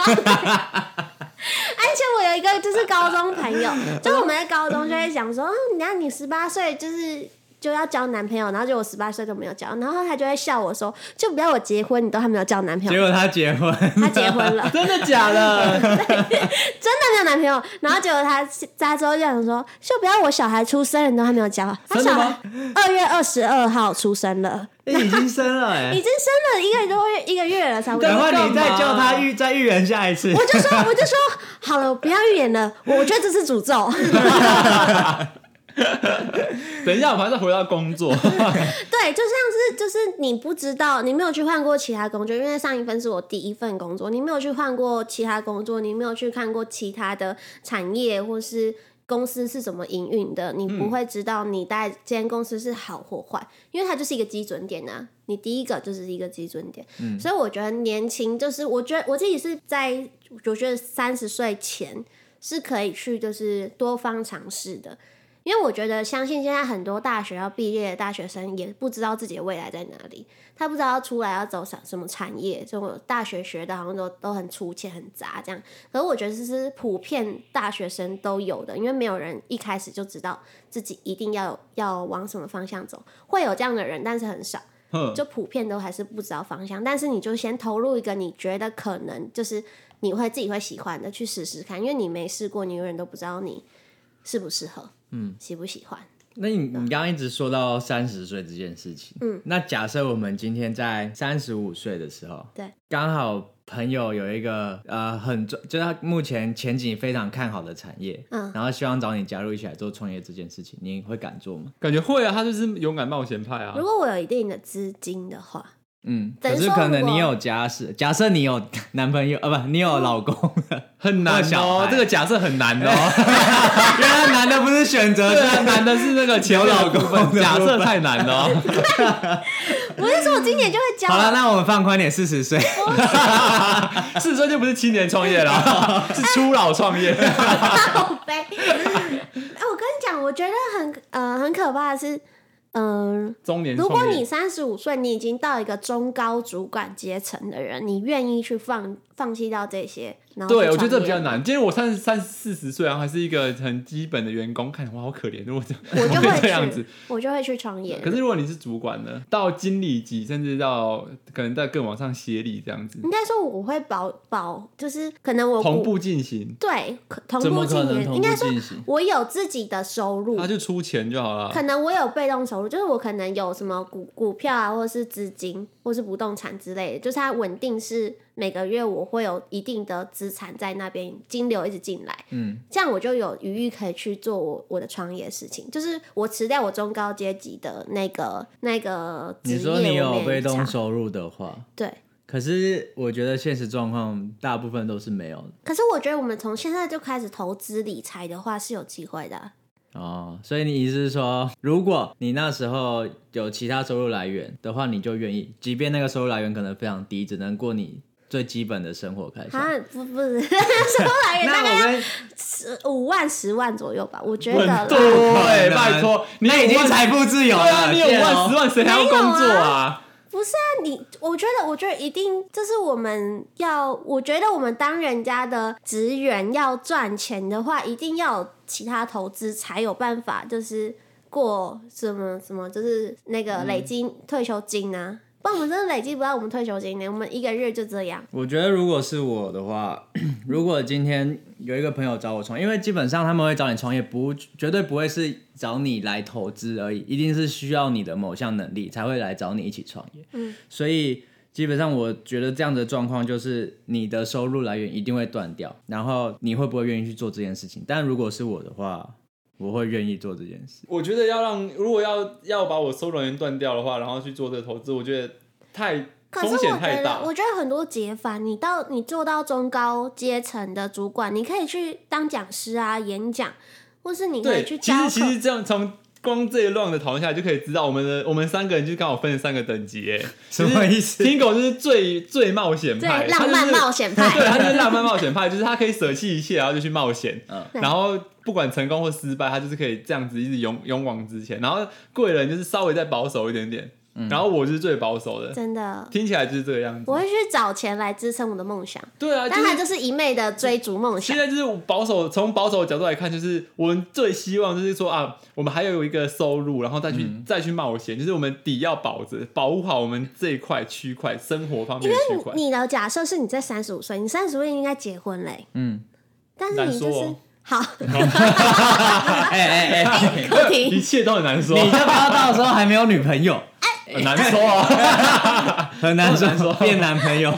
[SPEAKER 2] 我有一个就是高中朋友，就是我们在高中就会讲说，嗯，那你十八岁就是就要交男朋友，然后结果我十八岁都没有交，然后他就会笑我说，就不要我结婚，你都还没有交男朋
[SPEAKER 3] 结
[SPEAKER 2] 友，
[SPEAKER 3] 果他结婚，
[SPEAKER 2] 他结婚了，
[SPEAKER 1] 真的假的？
[SPEAKER 2] 真的没有男朋友，然后结果他他之后就想说，就不要我小孩出生，你都还没有交，啊他
[SPEAKER 1] 真的
[SPEAKER 2] 小
[SPEAKER 1] 吗
[SPEAKER 2] 孩二月二十二号出生了，
[SPEAKER 3] *laughs* 哎已经生了
[SPEAKER 2] 已
[SPEAKER 3] 哎，
[SPEAKER 2] 经生了一个多月一个月了，差不多
[SPEAKER 3] 等。会你再
[SPEAKER 1] 干嘛
[SPEAKER 3] 叫他预再预言下一次。
[SPEAKER 2] 我就说，我就说，好了，我不要预言了，我我觉得这是诅咒。
[SPEAKER 1] *laughs* 等一下，我们还是回到工 *laughs* 作，
[SPEAKER 2] 对，就像是就是你不知道，你没有去换过其他工作，因为上一份是我第一份工作，你没有去换过其他工作，你没有去看过其他的产业或是公司是怎么营运的，你不会知道你待这间公司是好或坏，因为它就是一个基准点啊。你第一个就是一个基准点，所以我觉得年轻就是，我觉得我自己是在，我觉得三十岁前是可以去就是多方尝试的，因为我觉得，相信现在很多大学要毕业的大学生也不知道自己的未来在哪里，他不知道出来要走什什么产业，这种大学学的好像都都很粗浅、很杂这样。可是我觉得这是普遍大学生都有的，因为没有人一开始就知道自己一定要要往什么方向走，会有这样的人，但是很少。
[SPEAKER 1] 哼
[SPEAKER 2] 就普遍都还是不知道方向，但是你就先投入一个你觉得可能就是你会自己会喜欢的去试试看，因为你没试过，你永远都不知道你适不适合，嗯，喜不喜欢。
[SPEAKER 3] 那你你刚刚一直说到三十岁这件事情，
[SPEAKER 2] 嗯，
[SPEAKER 3] 那假设我们今天在三十五岁的时候，
[SPEAKER 2] 对，
[SPEAKER 3] 刚好朋友有一个呃很重，就是他目前前景非常看好的产业，
[SPEAKER 2] 嗯
[SPEAKER 3] 然后希望找你加入一起来做创业这件事情，你会敢做吗？
[SPEAKER 1] 感觉会啊，他就是勇敢冒险派啊
[SPEAKER 2] 如。果我有一定的资金的话，
[SPEAKER 3] 嗯，
[SPEAKER 2] 等
[SPEAKER 3] 可
[SPEAKER 2] 于
[SPEAKER 3] 是
[SPEAKER 2] 说
[SPEAKER 3] 可能
[SPEAKER 2] 我
[SPEAKER 3] 你有家室，假设你有 *laughs* 男朋友啊，不，
[SPEAKER 4] 嗯
[SPEAKER 3] 你有老公了，
[SPEAKER 1] 很难
[SPEAKER 3] 或小
[SPEAKER 1] 哦
[SPEAKER 3] 孩，
[SPEAKER 1] 这个假设很难哦。
[SPEAKER 3] *laughs* 原来男的不是选
[SPEAKER 1] *laughs*
[SPEAKER 3] 择
[SPEAKER 1] 对 *laughs* 啊，
[SPEAKER 3] 是
[SPEAKER 1] 难的是那个前面的部分
[SPEAKER 3] 有老公的
[SPEAKER 1] 假设太难了哦。
[SPEAKER 2] 我是说我今年就会交
[SPEAKER 3] 好了，
[SPEAKER 2] 了，
[SPEAKER 3] 那我们放宽点，四十岁，
[SPEAKER 1] *laughs* 四十岁就不是青年创业了， *laughs* 是初老创业。
[SPEAKER 2] 靠背。 *laughs* 哎、我跟你讲，我觉得很呃很可怕的是，嗯、
[SPEAKER 1] *laughs* 中年
[SPEAKER 2] 如果
[SPEAKER 1] 创业
[SPEAKER 2] 你三十五岁，你已经到一个中高主管阶层的人，你愿意去放放弃掉这些，然后
[SPEAKER 1] 对，
[SPEAKER 2] 去
[SPEAKER 1] 我觉得这
[SPEAKER 2] 创
[SPEAKER 1] 比较
[SPEAKER 2] 业
[SPEAKER 1] 难。今天我三三四十岁，然后还是一个很基本的员工，看哇，好可怜，如哦果这样
[SPEAKER 2] 我就
[SPEAKER 1] 会
[SPEAKER 2] 会
[SPEAKER 1] 这样子
[SPEAKER 2] 去。，我就会去创业。
[SPEAKER 1] 可是如果你是主管呢，到经理级，甚至到可能再更往上协理这样子，
[SPEAKER 2] 应该说我会保保，就是可能嗯我
[SPEAKER 1] 同
[SPEAKER 2] 股
[SPEAKER 1] 步进行，
[SPEAKER 2] 对可同
[SPEAKER 4] 怎
[SPEAKER 2] 步
[SPEAKER 4] 么
[SPEAKER 2] 进
[SPEAKER 4] 可能
[SPEAKER 2] 行，
[SPEAKER 4] 同
[SPEAKER 2] 应
[SPEAKER 4] 步
[SPEAKER 2] 该说
[SPEAKER 4] 进行？
[SPEAKER 2] 我有自己的收入
[SPEAKER 1] 他，就出钱就好了。
[SPEAKER 2] 可能我有被动收入，就是我可能有什么股股票啊，或是资金，或是不动产之类的，就是它稳定是每个月我会有一定的资产在那边金流一直进来，
[SPEAKER 3] 嗯，
[SPEAKER 2] 这样我就有余裕可以去做我我的创业事情，就是我辞掉我中高阶级的那个那个职
[SPEAKER 3] 你
[SPEAKER 2] 业，
[SPEAKER 3] 说你
[SPEAKER 2] 我
[SPEAKER 3] 有
[SPEAKER 2] 没
[SPEAKER 3] 被动
[SPEAKER 2] 差
[SPEAKER 3] 收入的话，
[SPEAKER 2] 对。
[SPEAKER 3] 可是我觉得现实状况大部分都是没有的
[SPEAKER 2] 可是我觉得我们从现在就开始投资理财的话是有机会的啊，
[SPEAKER 3] 哦。所以你意思是说，如果你那时候有其他收入来源的话，你就愿意，即便那个收入来源可能非常低，只能过你最基本的生活开销。
[SPEAKER 2] 哈不不是， *laughs* 收来源哎大概
[SPEAKER 3] 那我跟
[SPEAKER 2] 十五万十万左右吧，我觉得啦
[SPEAKER 1] 很多哎，
[SPEAKER 3] 不可能
[SPEAKER 1] 拜托，你
[SPEAKER 3] 那已
[SPEAKER 1] 有
[SPEAKER 3] 经
[SPEAKER 1] 万
[SPEAKER 3] 财富自由
[SPEAKER 1] 对
[SPEAKER 3] 了，哦
[SPEAKER 1] 啊，你有五万十
[SPEAKER 3] 万，
[SPEAKER 1] 万，谁还要工作啊？
[SPEAKER 2] 不是啊，你我觉得，我觉得一定，这是我们要，我觉得我们当人家的职员要赚钱的话，一定要有其他投资才有办法，就是过什么什么，就是那个累积退休金啊。不然我们真的累积不到我们退休金呢，啊我们一个月就这样。
[SPEAKER 3] 我觉得如果是我的话， *clears throat* 如果今天有一个朋友找我创业，因为基本上他们会找你创业，不绝对不会是找你来投资而已，一定是需要你的某项能力才会来找你一起创业。
[SPEAKER 2] 嗯，
[SPEAKER 3] 所以基本上我觉得这样的状况就是你的收入来源一定会断掉，然后你会不会愿意去做这件事情？但如果是我的话，我会愿意做这件事。
[SPEAKER 1] 我觉得要让如果要要把我收入来源断掉的话，然后去做这个投资，我觉得太
[SPEAKER 2] 可是
[SPEAKER 1] 风
[SPEAKER 2] 我
[SPEAKER 1] 险
[SPEAKER 2] 觉
[SPEAKER 1] 太
[SPEAKER 2] 得
[SPEAKER 1] 大，。
[SPEAKER 2] 我觉得很多解法，你到你做到中高阶层的主管，你可以去当讲师啊、演讲，或是你可
[SPEAKER 1] 对，
[SPEAKER 2] 以去
[SPEAKER 1] 其
[SPEAKER 2] 教
[SPEAKER 1] 实
[SPEAKER 2] 课。
[SPEAKER 1] 其实这样从光这一乱的讨论下来，就可以知道我们的我们三个人就刚好分了三个等级耶。
[SPEAKER 3] *laughs* 什么意思？
[SPEAKER 1] 听狗就是最最冒险派，
[SPEAKER 2] 对，浪漫冒险
[SPEAKER 1] 险， *laughs* 对，
[SPEAKER 2] 派，
[SPEAKER 1] 他就是浪漫冒险派，就是他可以舍弃一切，然后就去冒险。
[SPEAKER 3] 嗯
[SPEAKER 1] 然后不管成功或失败，他就是可以这样子一直勇勇往直前。然后贵人就是稍微再保守一点点，
[SPEAKER 3] 嗯
[SPEAKER 1] 然后我就是最保守的，
[SPEAKER 2] 真的。
[SPEAKER 1] 听起来就是这个样子
[SPEAKER 2] 我。会去找钱来支撑我的梦想，
[SPEAKER 1] 对啊，就
[SPEAKER 2] 但他
[SPEAKER 1] 是
[SPEAKER 2] 就是一昧的追逐梦
[SPEAKER 1] 现
[SPEAKER 2] 想。
[SPEAKER 1] 在就是保守，从保守的角度来看，就是我们最希望就是说啊，我们还有一个收入，然后再去、再去冒险，就是我们底要保着，保护好我们这一块区块生活方面的区块。
[SPEAKER 2] 你的假设是你在三十五岁，你三十岁应该结婚嘞，
[SPEAKER 3] 嗯，
[SPEAKER 2] 但是你就
[SPEAKER 1] 难说
[SPEAKER 2] 是
[SPEAKER 1] 哦
[SPEAKER 2] 好，
[SPEAKER 1] *laughs*
[SPEAKER 3] *laughs* 哎哎哎，
[SPEAKER 2] 不
[SPEAKER 1] 一
[SPEAKER 2] 停，
[SPEAKER 1] 切都很难说，
[SPEAKER 3] 你就不要到时候还没有女朋友，
[SPEAKER 1] 很难说 *laughs* 啊。
[SPEAKER 3] 很难说变男朋友。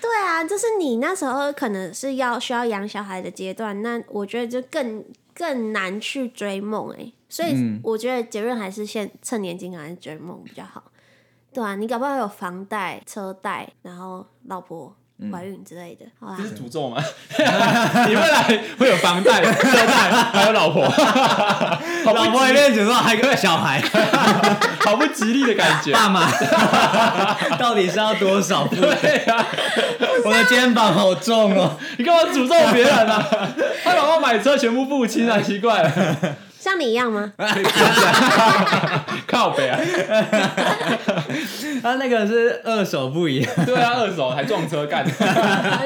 [SPEAKER 2] 对啊，就是你那时候可能是要需要养小孩的阶段，那我觉得就更更难去追梦哎、所
[SPEAKER 1] 嗯
[SPEAKER 2] 以我觉得结论还是现趁年轻赶快追梦比较好。对啊，你搞不好有房贷、车贷，然后老婆怀孕之类的，好啦
[SPEAKER 1] 这，嗯是诅咒吗？ *laughs* 你未来会有房贷、车贷，还有老 *laughs* 婆，
[SPEAKER 3] 老婆一面诅咒，还有小孩，
[SPEAKER 1] 好不吉利的感觉。
[SPEAKER 3] 爸妈， *laughs* 到底是要多少负担？
[SPEAKER 1] 对啊，
[SPEAKER 3] 我的肩膀好重哦。
[SPEAKER 1] 你干嘛诅咒别人啊？他老婆买车全部付清啊，奇怪了，
[SPEAKER 2] 像你一
[SPEAKER 1] *laughs*
[SPEAKER 2] 样吗？ *laughs*
[SPEAKER 1] 靠北啊！
[SPEAKER 3] *laughs* 他那个是二手不一样，
[SPEAKER 1] 对啊，二手还撞车干。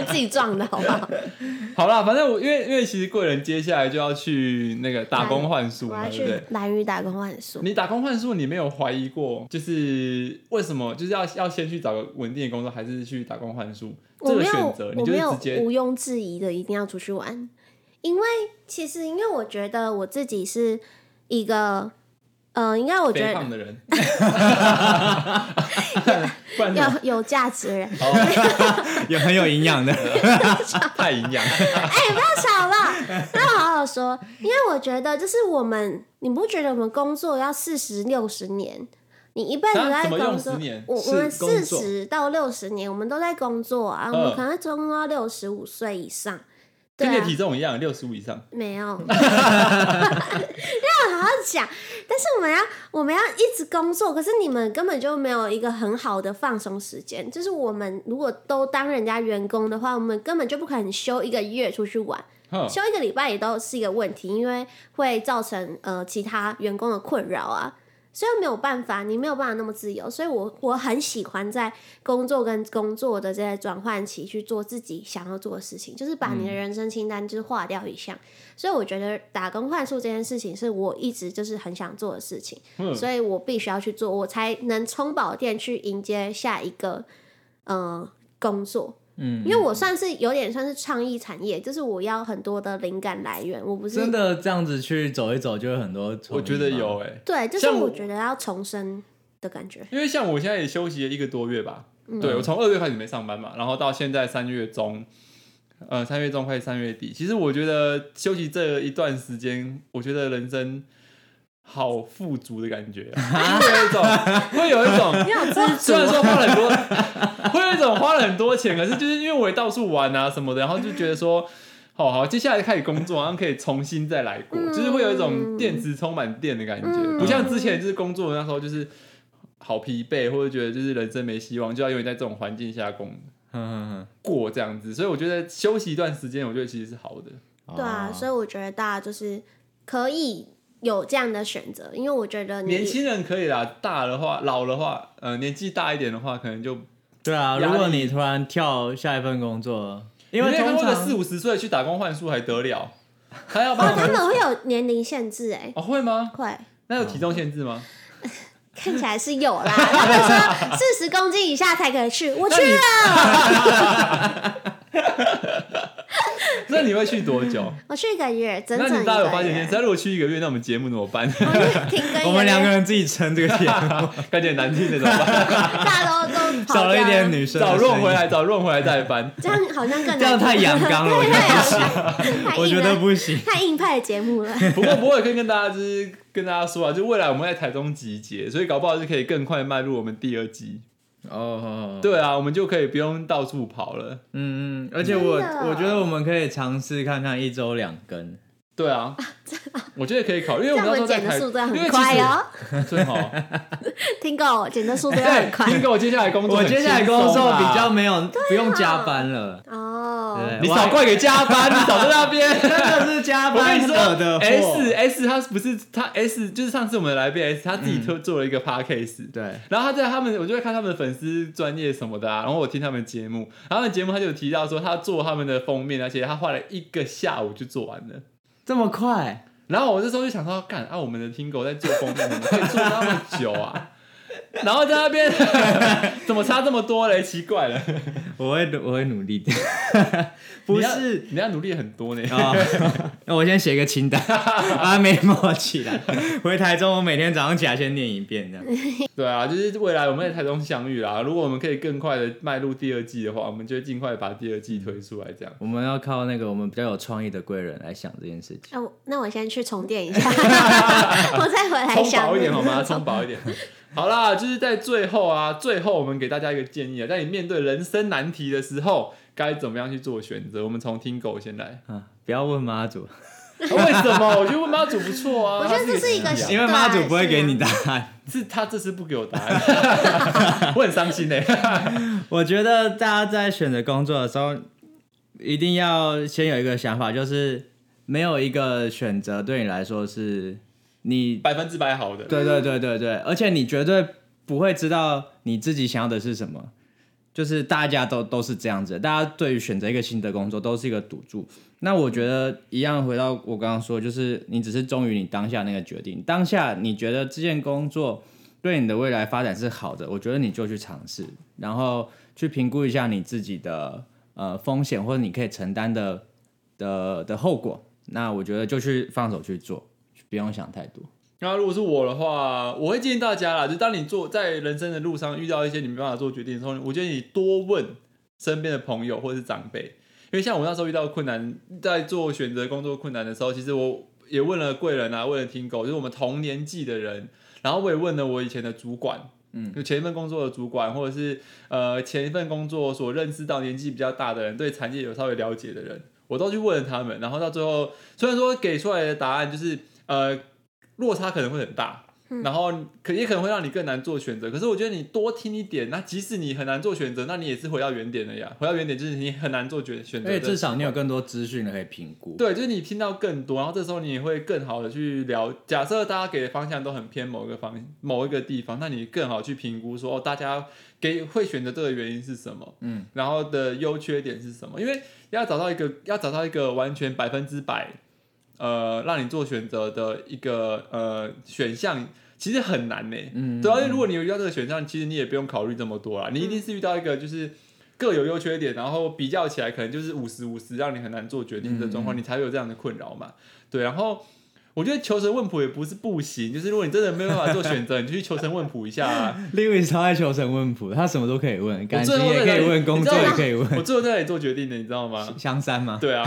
[SPEAKER 2] 自己撞的好不好？
[SPEAKER 1] *laughs* 好啦，反正我因为因为其实贵人接下来就要去那个打工换宿
[SPEAKER 2] 我
[SPEAKER 1] 嘛，
[SPEAKER 2] 要
[SPEAKER 1] 对不
[SPEAKER 2] 去
[SPEAKER 1] 对？
[SPEAKER 2] 蓝屿打工换宿。
[SPEAKER 1] 你打工换宿，你没有怀疑过，就是为什么就是要要先去找个稳定的工作，还是去打工换宿？
[SPEAKER 2] 我
[SPEAKER 1] 这个
[SPEAKER 2] 没有
[SPEAKER 1] 选择，你
[SPEAKER 2] 我
[SPEAKER 1] 就
[SPEAKER 2] 没
[SPEAKER 1] 是
[SPEAKER 2] 有
[SPEAKER 1] 直接
[SPEAKER 2] 毋庸置疑的，一定要出去玩。因为其实，因为我觉得我自己是一个，呃，应该我觉
[SPEAKER 1] 肥
[SPEAKER 2] 得
[SPEAKER 1] 胖的
[SPEAKER 2] *laughs*
[SPEAKER 1] 人，不然怎么
[SPEAKER 2] 有有价值的人。啊
[SPEAKER 3] 有很有营养 *laughs* 的。
[SPEAKER 1] 太营养。
[SPEAKER 2] 不要吵
[SPEAKER 1] *laughs*
[SPEAKER 2] 了，那好好说。因为我觉得，就是我们，你不觉得我们工作要四十六十年？你一辈子都
[SPEAKER 1] 啊
[SPEAKER 2] 在
[SPEAKER 1] 怎么用
[SPEAKER 2] 工作
[SPEAKER 1] 10年，
[SPEAKER 2] 我
[SPEAKER 3] 是
[SPEAKER 2] 我
[SPEAKER 3] 工
[SPEAKER 2] 们四
[SPEAKER 3] 作
[SPEAKER 2] 十到六十年，我们都在工作啊，我们可能工作到六十五岁以上。 *laughs* 对
[SPEAKER 1] 嗯跟你
[SPEAKER 2] 啊
[SPEAKER 1] 的，体重一样，六十五以上。
[SPEAKER 2] 没有，要好好讲。但是我们要，我们要一直工作，可是你们根本就没有一个很好的放松时间。就是我们如果都当人家员工的话，我们根本就不可能休一个月出去玩。
[SPEAKER 1] *laughs* 哼，
[SPEAKER 2] 休一个礼拜也都是一个问题，因为会造成呃其他员工的困扰啊。所以没有办法，你没有办法那么自由。所以我我很喜欢在工作跟工作的这些转换期去做自己想要做的事情，就是把你的人生清单就是划掉一项。所以我觉得打工换宿这件事情是我一直就是很想做的事情，
[SPEAKER 1] 嗯
[SPEAKER 2] 所以我必须要去做，我才能充饱电去迎接下一个呃工作。嗯，因为我算是有点算是创意产业，就是我要很多的灵感来源，我不是
[SPEAKER 3] 真的这样子去走一走，就有很多创意吗。
[SPEAKER 1] 我觉得有哎、
[SPEAKER 2] 对，就是
[SPEAKER 1] 像我
[SPEAKER 2] 我觉得要重生的感觉。
[SPEAKER 1] 因为像我现在也休息了一个多月吧，对我从二月开始没上班嘛，然后到现在三月中，呃，三月中快三月底，其实我觉得休息这一段时间，我觉得人生好富足的感觉、啊，会有一种会有一种
[SPEAKER 2] 你有 *laughs* 知
[SPEAKER 1] *laughs* 虽然说花了很多，会有一种花了很多钱，可是就是因为我也到处玩啊什么的，然后就觉得说，哦好好，接下来开始工作，然后可以重新再来过，
[SPEAKER 2] 嗯
[SPEAKER 1] 就是会有一种电池充满电的感觉，
[SPEAKER 2] 嗯
[SPEAKER 1] 不像之前就是工作那时候就是好疲惫，或者觉得就是人生没希望，就要永远在这种环境下工
[SPEAKER 3] 嗯，嗯
[SPEAKER 1] 过这样子，所以我觉得休息一段时间，我觉得其实是好的。
[SPEAKER 3] 嗯
[SPEAKER 2] 对啊，
[SPEAKER 3] 哦
[SPEAKER 2] 所以我觉得大家就是可以有这样的选择，因为我觉得你
[SPEAKER 1] 年轻人可以啦，大的话，老的话，呃，年纪大一点的话，可能就
[SPEAKER 3] 对啊，
[SPEAKER 1] 压力
[SPEAKER 3] 如果你突然跳下一份工作，因为
[SPEAKER 1] 你没看
[SPEAKER 3] 通
[SPEAKER 1] 过
[SPEAKER 3] 常
[SPEAKER 1] 个四五十岁去打工换宿还得了，他要把
[SPEAKER 2] 哦，他们会有年龄限制哎、
[SPEAKER 1] 哦，会吗？
[SPEAKER 2] 会。
[SPEAKER 1] 那有体重限制吗？
[SPEAKER 2] 哦看起来是有啦，他们说四十公斤以下才可以去，我去啊
[SPEAKER 1] 那你那
[SPEAKER 2] 了，
[SPEAKER 1] 你会去多
[SPEAKER 2] *laughs*
[SPEAKER 1] 久？
[SPEAKER 2] 我去一个月，整
[SPEAKER 1] 那
[SPEAKER 2] 整一
[SPEAKER 1] 你大家有
[SPEAKER 2] 个
[SPEAKER 1] 发现，
[SPEAKER 2] 月
[SPEAKER 1] 现，在如果去一个月，那我们节目怎么办？ *laughs*
[SPEAKER 2] 我就停更一
[SPEAKER 3] 我们两个
[SPEAKER 2] 月，
[SPEAKER 3] 人自己撑这 *laughs* 个节目，
[SPEAKER 1] 感觉难听的怎么
[SPEAKER 2] *laughs*
[SPEAKER 1] 办？
[SPEAKER 2] 大家都都跑
[SPEAKER 3] 少了一
[SPEAKER 2] 掉
[SPEAKER 3] 点，女生的
[SPEAKER 1] 找
[SPEAKER 3] 声
[SPEAKER 1] 润
[SPEAKER 3] 音
[SPEAKER 1] 回来，，找润回来再搬。
[SPEAKER 2] 这样好像更难
[SPEAKER 3] 这样太阳
[SPEAKER 2] *laughs*
[SPEAKER 3] 刚了，我觉
[SPEAKER 2] 太
[SPEAKER 3] 得不
[SPEAKER 2] 阳
[SPEAKER 3] 行，
[SPEAKER 2] 太
[SPEAKER 3] 我觉
[SPEAKER 2] 硬
[SPEAKER 3] 得
[SPEAKER 2] 了
[SPEAKER 3] 不行。
[SPEAKER 2] 太硬派的节目了。
[SPEAKER 1] 不过，不过也可以跟大家就是跟大家说啊，就未来我们在台中集结，所以搞不好就可以更快迈入我们第二季。
[SPEAKER 3] 哦，
[SPEAKER 1] 对啊，我们就可以不用到处跑了。
[SPEAKER 3] 嗯嗯，而且我
[SPEAKER 2] 真的
[SPEAKER 3] 我觉得我们可以尝试看看一周两更，
[SPEAKER 1] 对啊，我觉得可以考虑，因为
[SPEAKER 2] 这
[SPEAKER 1] 我们那时候
[SPEAKER 2] 样我
[SPEAKER 1] 在
[SPEAKER 2] 剪的
[SPEAKER 1] 台，
[SPEAKER 2] 速度
[SPEAKER 1] 因
[SPEAKER 2] 很
[SPEAKER 1] 为
[SPEAKER 2] 快哦，
[SPEAKER 1] 其实，正好。
[SPEAKER 2] *laughs* 听够剪的速度要很快
[SPEAKER 1] 对，听给我哦哎接下来工作
[SPEAKER 3] 我
[SPEAKER 1] 很
[SPEAKER 3] 接
[SPEAKER 1] 轻松啊，
[SPEAKER 3] 下来工作比较没有不用加班了，
[SPEAKER 2] 哦
[SPEAKER 3] 对。
[SPEAKER 1] 你少怪给加班，你少在那边。
[SPEAKER 3] 真的哎是
[SPEAKER 1] 我
[SPEAKER 3] 加
[SPEAKER 1] 跟你
[SPEAKER 3] 班
[SPEAKER 1] 说
[SPEAKER 3] 惹的祸。
[SPEAKER 1] ，S S 他不是他 S 就是上次我们的来宾 S 他自己特做了一个 podcast，、
[SPEAKER 3] 对，
[SPEAKER 1] 然后他在他们我就会看他们的粉丝专业什么的啊，然后我听他们节目，然后他们节目他就有提到说他做他们的封面，而且他花了一个下午就做完了。
[SPEAKER 3] 这么快，
[SPEAKER 1] 然后我这时候就想说，干啊，我们的听狗在做封面，怎么可以做那么久啊？ *laughs* 然后在那边 *laughs* 怎么差这么多嘞？奇怪了，
[SPEAKER 3] 我会我会努
[SPEAKER 1] *laughs*
[SPEAKER 3] 力的，不是
[SPEAKER 1] 你要你要努力很
[SPEAKER 3] *laughs*
[SPEAKER 1] 多呢。
[SPEAKER 3] 啊、那我先写个
[SPEAKER 1] *laughs*
[SPEAKER 3] 清单，把它 memo 起来。回台中，我每天早上起来先念一遍，这样。
[SPEAKER 1] 对啊，就是未来我们在台中相遇啊啦。如果我们可以更快的迈入第二季的话，我们就尽快把第二季推出来。这样，
[SPEAKER 3] 我们要靠那个我们比较有创意的贵人来想这件事情。
[SPEAKER 2] 那我那我先去充电
[SPEAKER 1] *laughs*
[SPEAKER 2] 一下，我再回来
[SPEAKER 1] 充
[SPEAKER 2] 想。
[SPEAKER 1] 饱一点好
[SPEAKER 2] *laughs*
[SPEAKER 1] 吗？充饱一点。好啦，就是在最后啊，最后我们给大家一个建议啊，在你面对人生难题的时候，该怎么样去做选择？我们从听狗先
[SPEAKER 2] *laughs*
[SPEAKER 1] 来。
[SPEAKER 3] 啊，不要问妈祖，
[SPEAKER 1] 啊为什么？我觉得问妈祖不错啊。
[SPEAKER 2] 我觉得这是一
[SPEAKER 1] 他自
[SPEAKER 2] 个
[SPEAKER 1] 己
[SPEAKER 2] 是
[SPEAKER 1] 讲
[SPEAKER 3] 因为妈祖不会给你答案。
[SPEAKER 1] 是他这次不给我答案，
[SPEAKER 2] *laughs*
[SPEAKER 1] *laughs* 我很伤心呢、欸
[SPEAKER 3] *laughs* 我觉得大家在选择工作的时候，一定要先有一个想法，就是没有一个选择对你来说是你
[SPEAKER 1] 百分之百好的。
[SPEAKER 3] 对对对对对，而且你绝对不会知道你自己想要的是什么，就是大家都都是这样子的，大家对于选择一个新的工作都是一个赌注。那我觉得一样，回到我刚刚说，就是你只是忠于你当下那个决定，当下你觉得这件工作对你的未来发展是好的，我觉得你就去尝试，然后去评估一下你自己的呃风险或者你可以承担的的的后果。那我觉得就去放手去做，不用想太多。
[SPEAKER 1] 那如果是我的话，我会建议大家啦，就当你做在人生的路上遇到一些你没办法做决定的时候，我建议你多问身边的朋友或是长辈，因为像我那时候遇到困难，在做选择工作困难的时候，其实我也问了贵人啊，问了听狗，就是我们同年纪的人，然后我也问了我以前的主管。嗯，就前一份工作的主管，或者是呃前一份工作所认识到年纪比较大的人，对产业有稍微了解的人，我都去问了他们，然后到最后，虽然说给出来的答案就是呃落差可能会很大，然后可也可能会让你更难做选择。可是我觉得你多听一点，那即使你很难做选择，那你也是回到原点的呀。回到原点就是你很难做决选择
[SPEAKER 3] 而且
[SPEAKER 1] 的
[SPEAKER 3] 至。少你有更多资讯可以评估。
[SPEAKER 1] 对，就是你听到更多，然后这时候你也会更好的去聊。假设大家给的方向都很偏某一个方某一个地方，那你更好去评估说，哦，大家给会选择这个原因是什么？
[SPEAKER 3] 嗯，
[SPEAKER 1] 然后的优缺点是什么？因为要找到一个要找到一个完全百分之百，呃，让你做选择的一个呃选项，其实很难呢。
[SPEAKER 3] 嗯
[SPEAKER 1] 对啊，因为如果你有遇到这个选项，其实你也不用考虑这么多啦，你一定是遇到一个就是各有优缺点，然后比较起来可能就是五十五十，让你很难做决定的状况，你才会有这样的困扰嘛。对，然后。我觉得求神问卜也不是不行，就是如果你真的没有办法做选择，你就去求神问卜一下、啊。
[SPEAKER 3] *laughs* Lewis 超爱求神问卜，他什么都可以问，感情
[SPEAKER 1] 最后
[SPEAKER 3] 也可
[SPEAKER 1] 在
[SPEAKER 3] 以
[SPEAKER 1] 哪里
[SPEAKER 3] 问，工作
[SPEAKER 1] 你知
[SPEAKER 3] 也
[SPEAKER 1] 道吗
[SPEAKER 3] 可以问。
[SPEAKER 1] 我最后在那里做决定的，你知道吗？
[SPEAKER 3] 香山
[SPEAKER 1] *laughs*
[SPEAKER 3] 吗？
[SPEAKER 1] 对啊，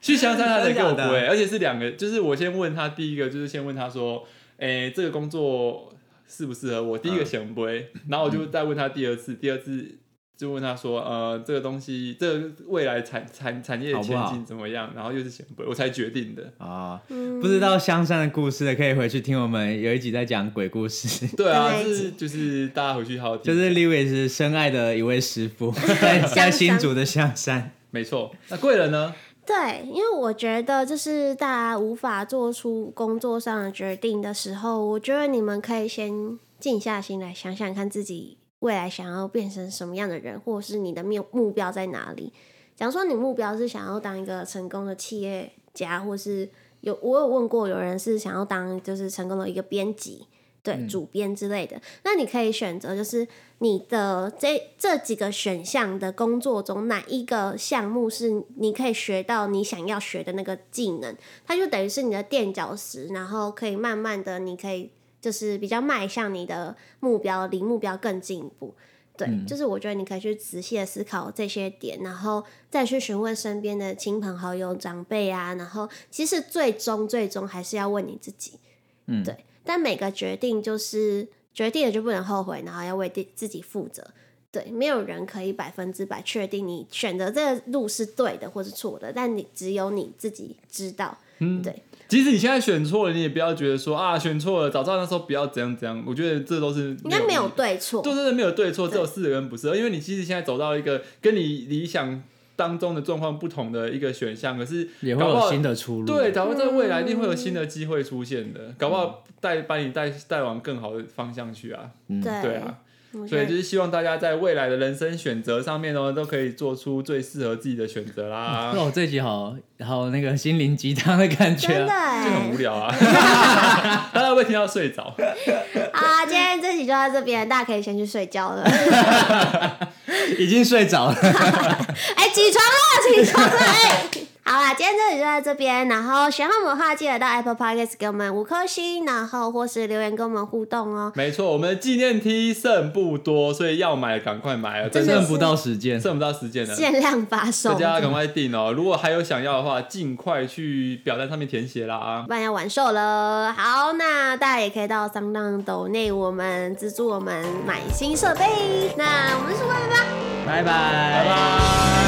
[SPEAKER 1] 去香山他才给我
[SPEAKER 3] 真的假的
[SPEAKER 1] 不会，而且是两个，就是我先问他第一个，就是先问他说，诶，这个工作适不适合我？第一个行不
[SPEAKER 3] *laughs*
[SPEAKER 1] 会，然后我就再问他第二次，第二次就问他说，呃，这个东西，这个未来产产产业的前
[SPEAKER 3] 好不好
[SPEAKER 1] 景怎么样？然后又是行不会，我才决定的。
[SPEAKER 3] 啊、
[SPEAKER 2] 嗯
[SPEAKER 3] 不知道香山的故事的，可以回去听我们有一集在讲鬼故事，
[SPEAKER 1] 对啊，
[SPEAKER 2] 对
[SPEAKER 1] 就是就是大家回去好好听，
[SPEAKER 3] 就是 Lewis 深爱的一位师
[SPEAKER 1] *laughs*
[SPEAKER 3] 傅，在在新竹的香山。
[SPEAKER 1] 没错。那贵人呢？
[SPEAKER 2] 对，因为我觉得就是大家无法做出工作上的决定的时候，我觉得你们可以先静下心来想想看自己未来想要变成什么样的人，或者是你的目目标在哪里。假如说你目标是想要当一个成功的企业家，或是有我有问过有人是想要当就是成功的一个编辑，对、主编之类的，那你可以选择就是你的这这几个选项的工作中，哪一个项目是你可以学到你想要学的那个技能？它就等于是你的垫脚石，然后可以慢慢的，你可以就是比较迈向你的目标，离目标更进一步。对，就是我觉得你可以去仔细的思考这些点，然后再去询问身边的亲朋好友、长辈啊，然后其实最终最终还是要问你自己，
[SPEAKER 3] 嗯
[SPEAKER 2] 对。但每个决定就是决定了就不能后悔，然后要为自自己负责。对，没有人可以百分之百确定你选择这个路是对的或是错的，但你只有你自己知道。
[SPEAKER 1] 嗯
[SPEAKER 2] 对。
[SPEAKER 1] 即使你现在选错了，你也不要觉得说啊选错了，早知道那时候不要怎样怎样。我觉得这都是
[SPEAKER 2] 应该
[SPEAKER 1] 没
[SPEAKER 2] 没
[SPEAKER 1] 有意义
[SPEAKER 2] 有对错，
[SPEAKER 1] 对对对，没有对错，
[SPEAKER 2] 对
[SPEAKER 1] 只有适合跟不适合。因为你其实现在走到一个跟你理想当中的状况不同的一个选项，可是
[SPEAKER 3] 也会
[SPEAKER 1] 搞不
[SPEAKER 3] 有
[SPEAKER 1] 好
[SPEAKER 3] 新的嗯出路。
[SPEAKER 1] 对，搞不好在未来一定会有新
[SPEAKER 2] 嗯
[SPEAKER 1] 的机会出现的，搞不好
[SPEAKER 3] 嗯
[SPEAKER 1] 带把你带带往更好的方向去啊。
[SPEAKER 2] 对
[SPEAKER 1] 对啊，
[SPEAKER 2] 我觉
[SPEAKER 1] 所
[SPEAKER 2] 得
[SPEAKER 1] 以就是希望大家在未来的人生选择上面哦呢，都可以做出最适合自己的选择
[SPEAKER 3] *laughs*
[SPEAKER 1] 啦。
[SPEAKER 3] 哦，这集好好那个心灵鸡汤的感觉
[SPEAKER 2] 真的
[SPEAKER 3] 啊。
[SPEAKER 1] 就很
[SPEAKER 2] 哎
[SPEAKER 1] 无。聊
[SPEAKER 2] *laughs*
[SPEAKER 1] 啊，大家会不会听到睡着。
[SPEAKER 2] 好啊，今天这集就到这边，大家可以先去睡觉了。
[SPEAKER 3] 已经睡着了。
[SPEAKER 2] 哎，起床了，起床了，哎。好啦，今天这里就到这边。然后喜欢我们的话，记得到 Apple Podcast 给我们五颗星，然后或是留言跟我们互动哦。
[SPEAKER 1] 没错，我们的纪念 T 剩不多，所以要买赶快买啊，真
[SPEAKER 3] 剩
[SPEAKER 1] 的
[SPEAKER 3] 不到时间，
[SPEAKER 1] 剩不到时间了。
[SPEAKER 2] 限量发
[SPEAKER 1] 大
[SPEAKER 2] 售，
[SPEAKER 1] 家
[SPEAKER 2] 不
[SPEAKER 1] 赶快订哦！如果还有想要的话，尽快去表单上面填写啦啊！
[SPEAKER 2] 然要完售了。好，那大家也可以到商浪抖内我们资助我们买新设备。那我们是外面吧。
[SPEAKER 3] 拜拜，
[SPEAKER 1] 拜
[SPEAKER 3] 拜
[SPEAKER 1] 拜。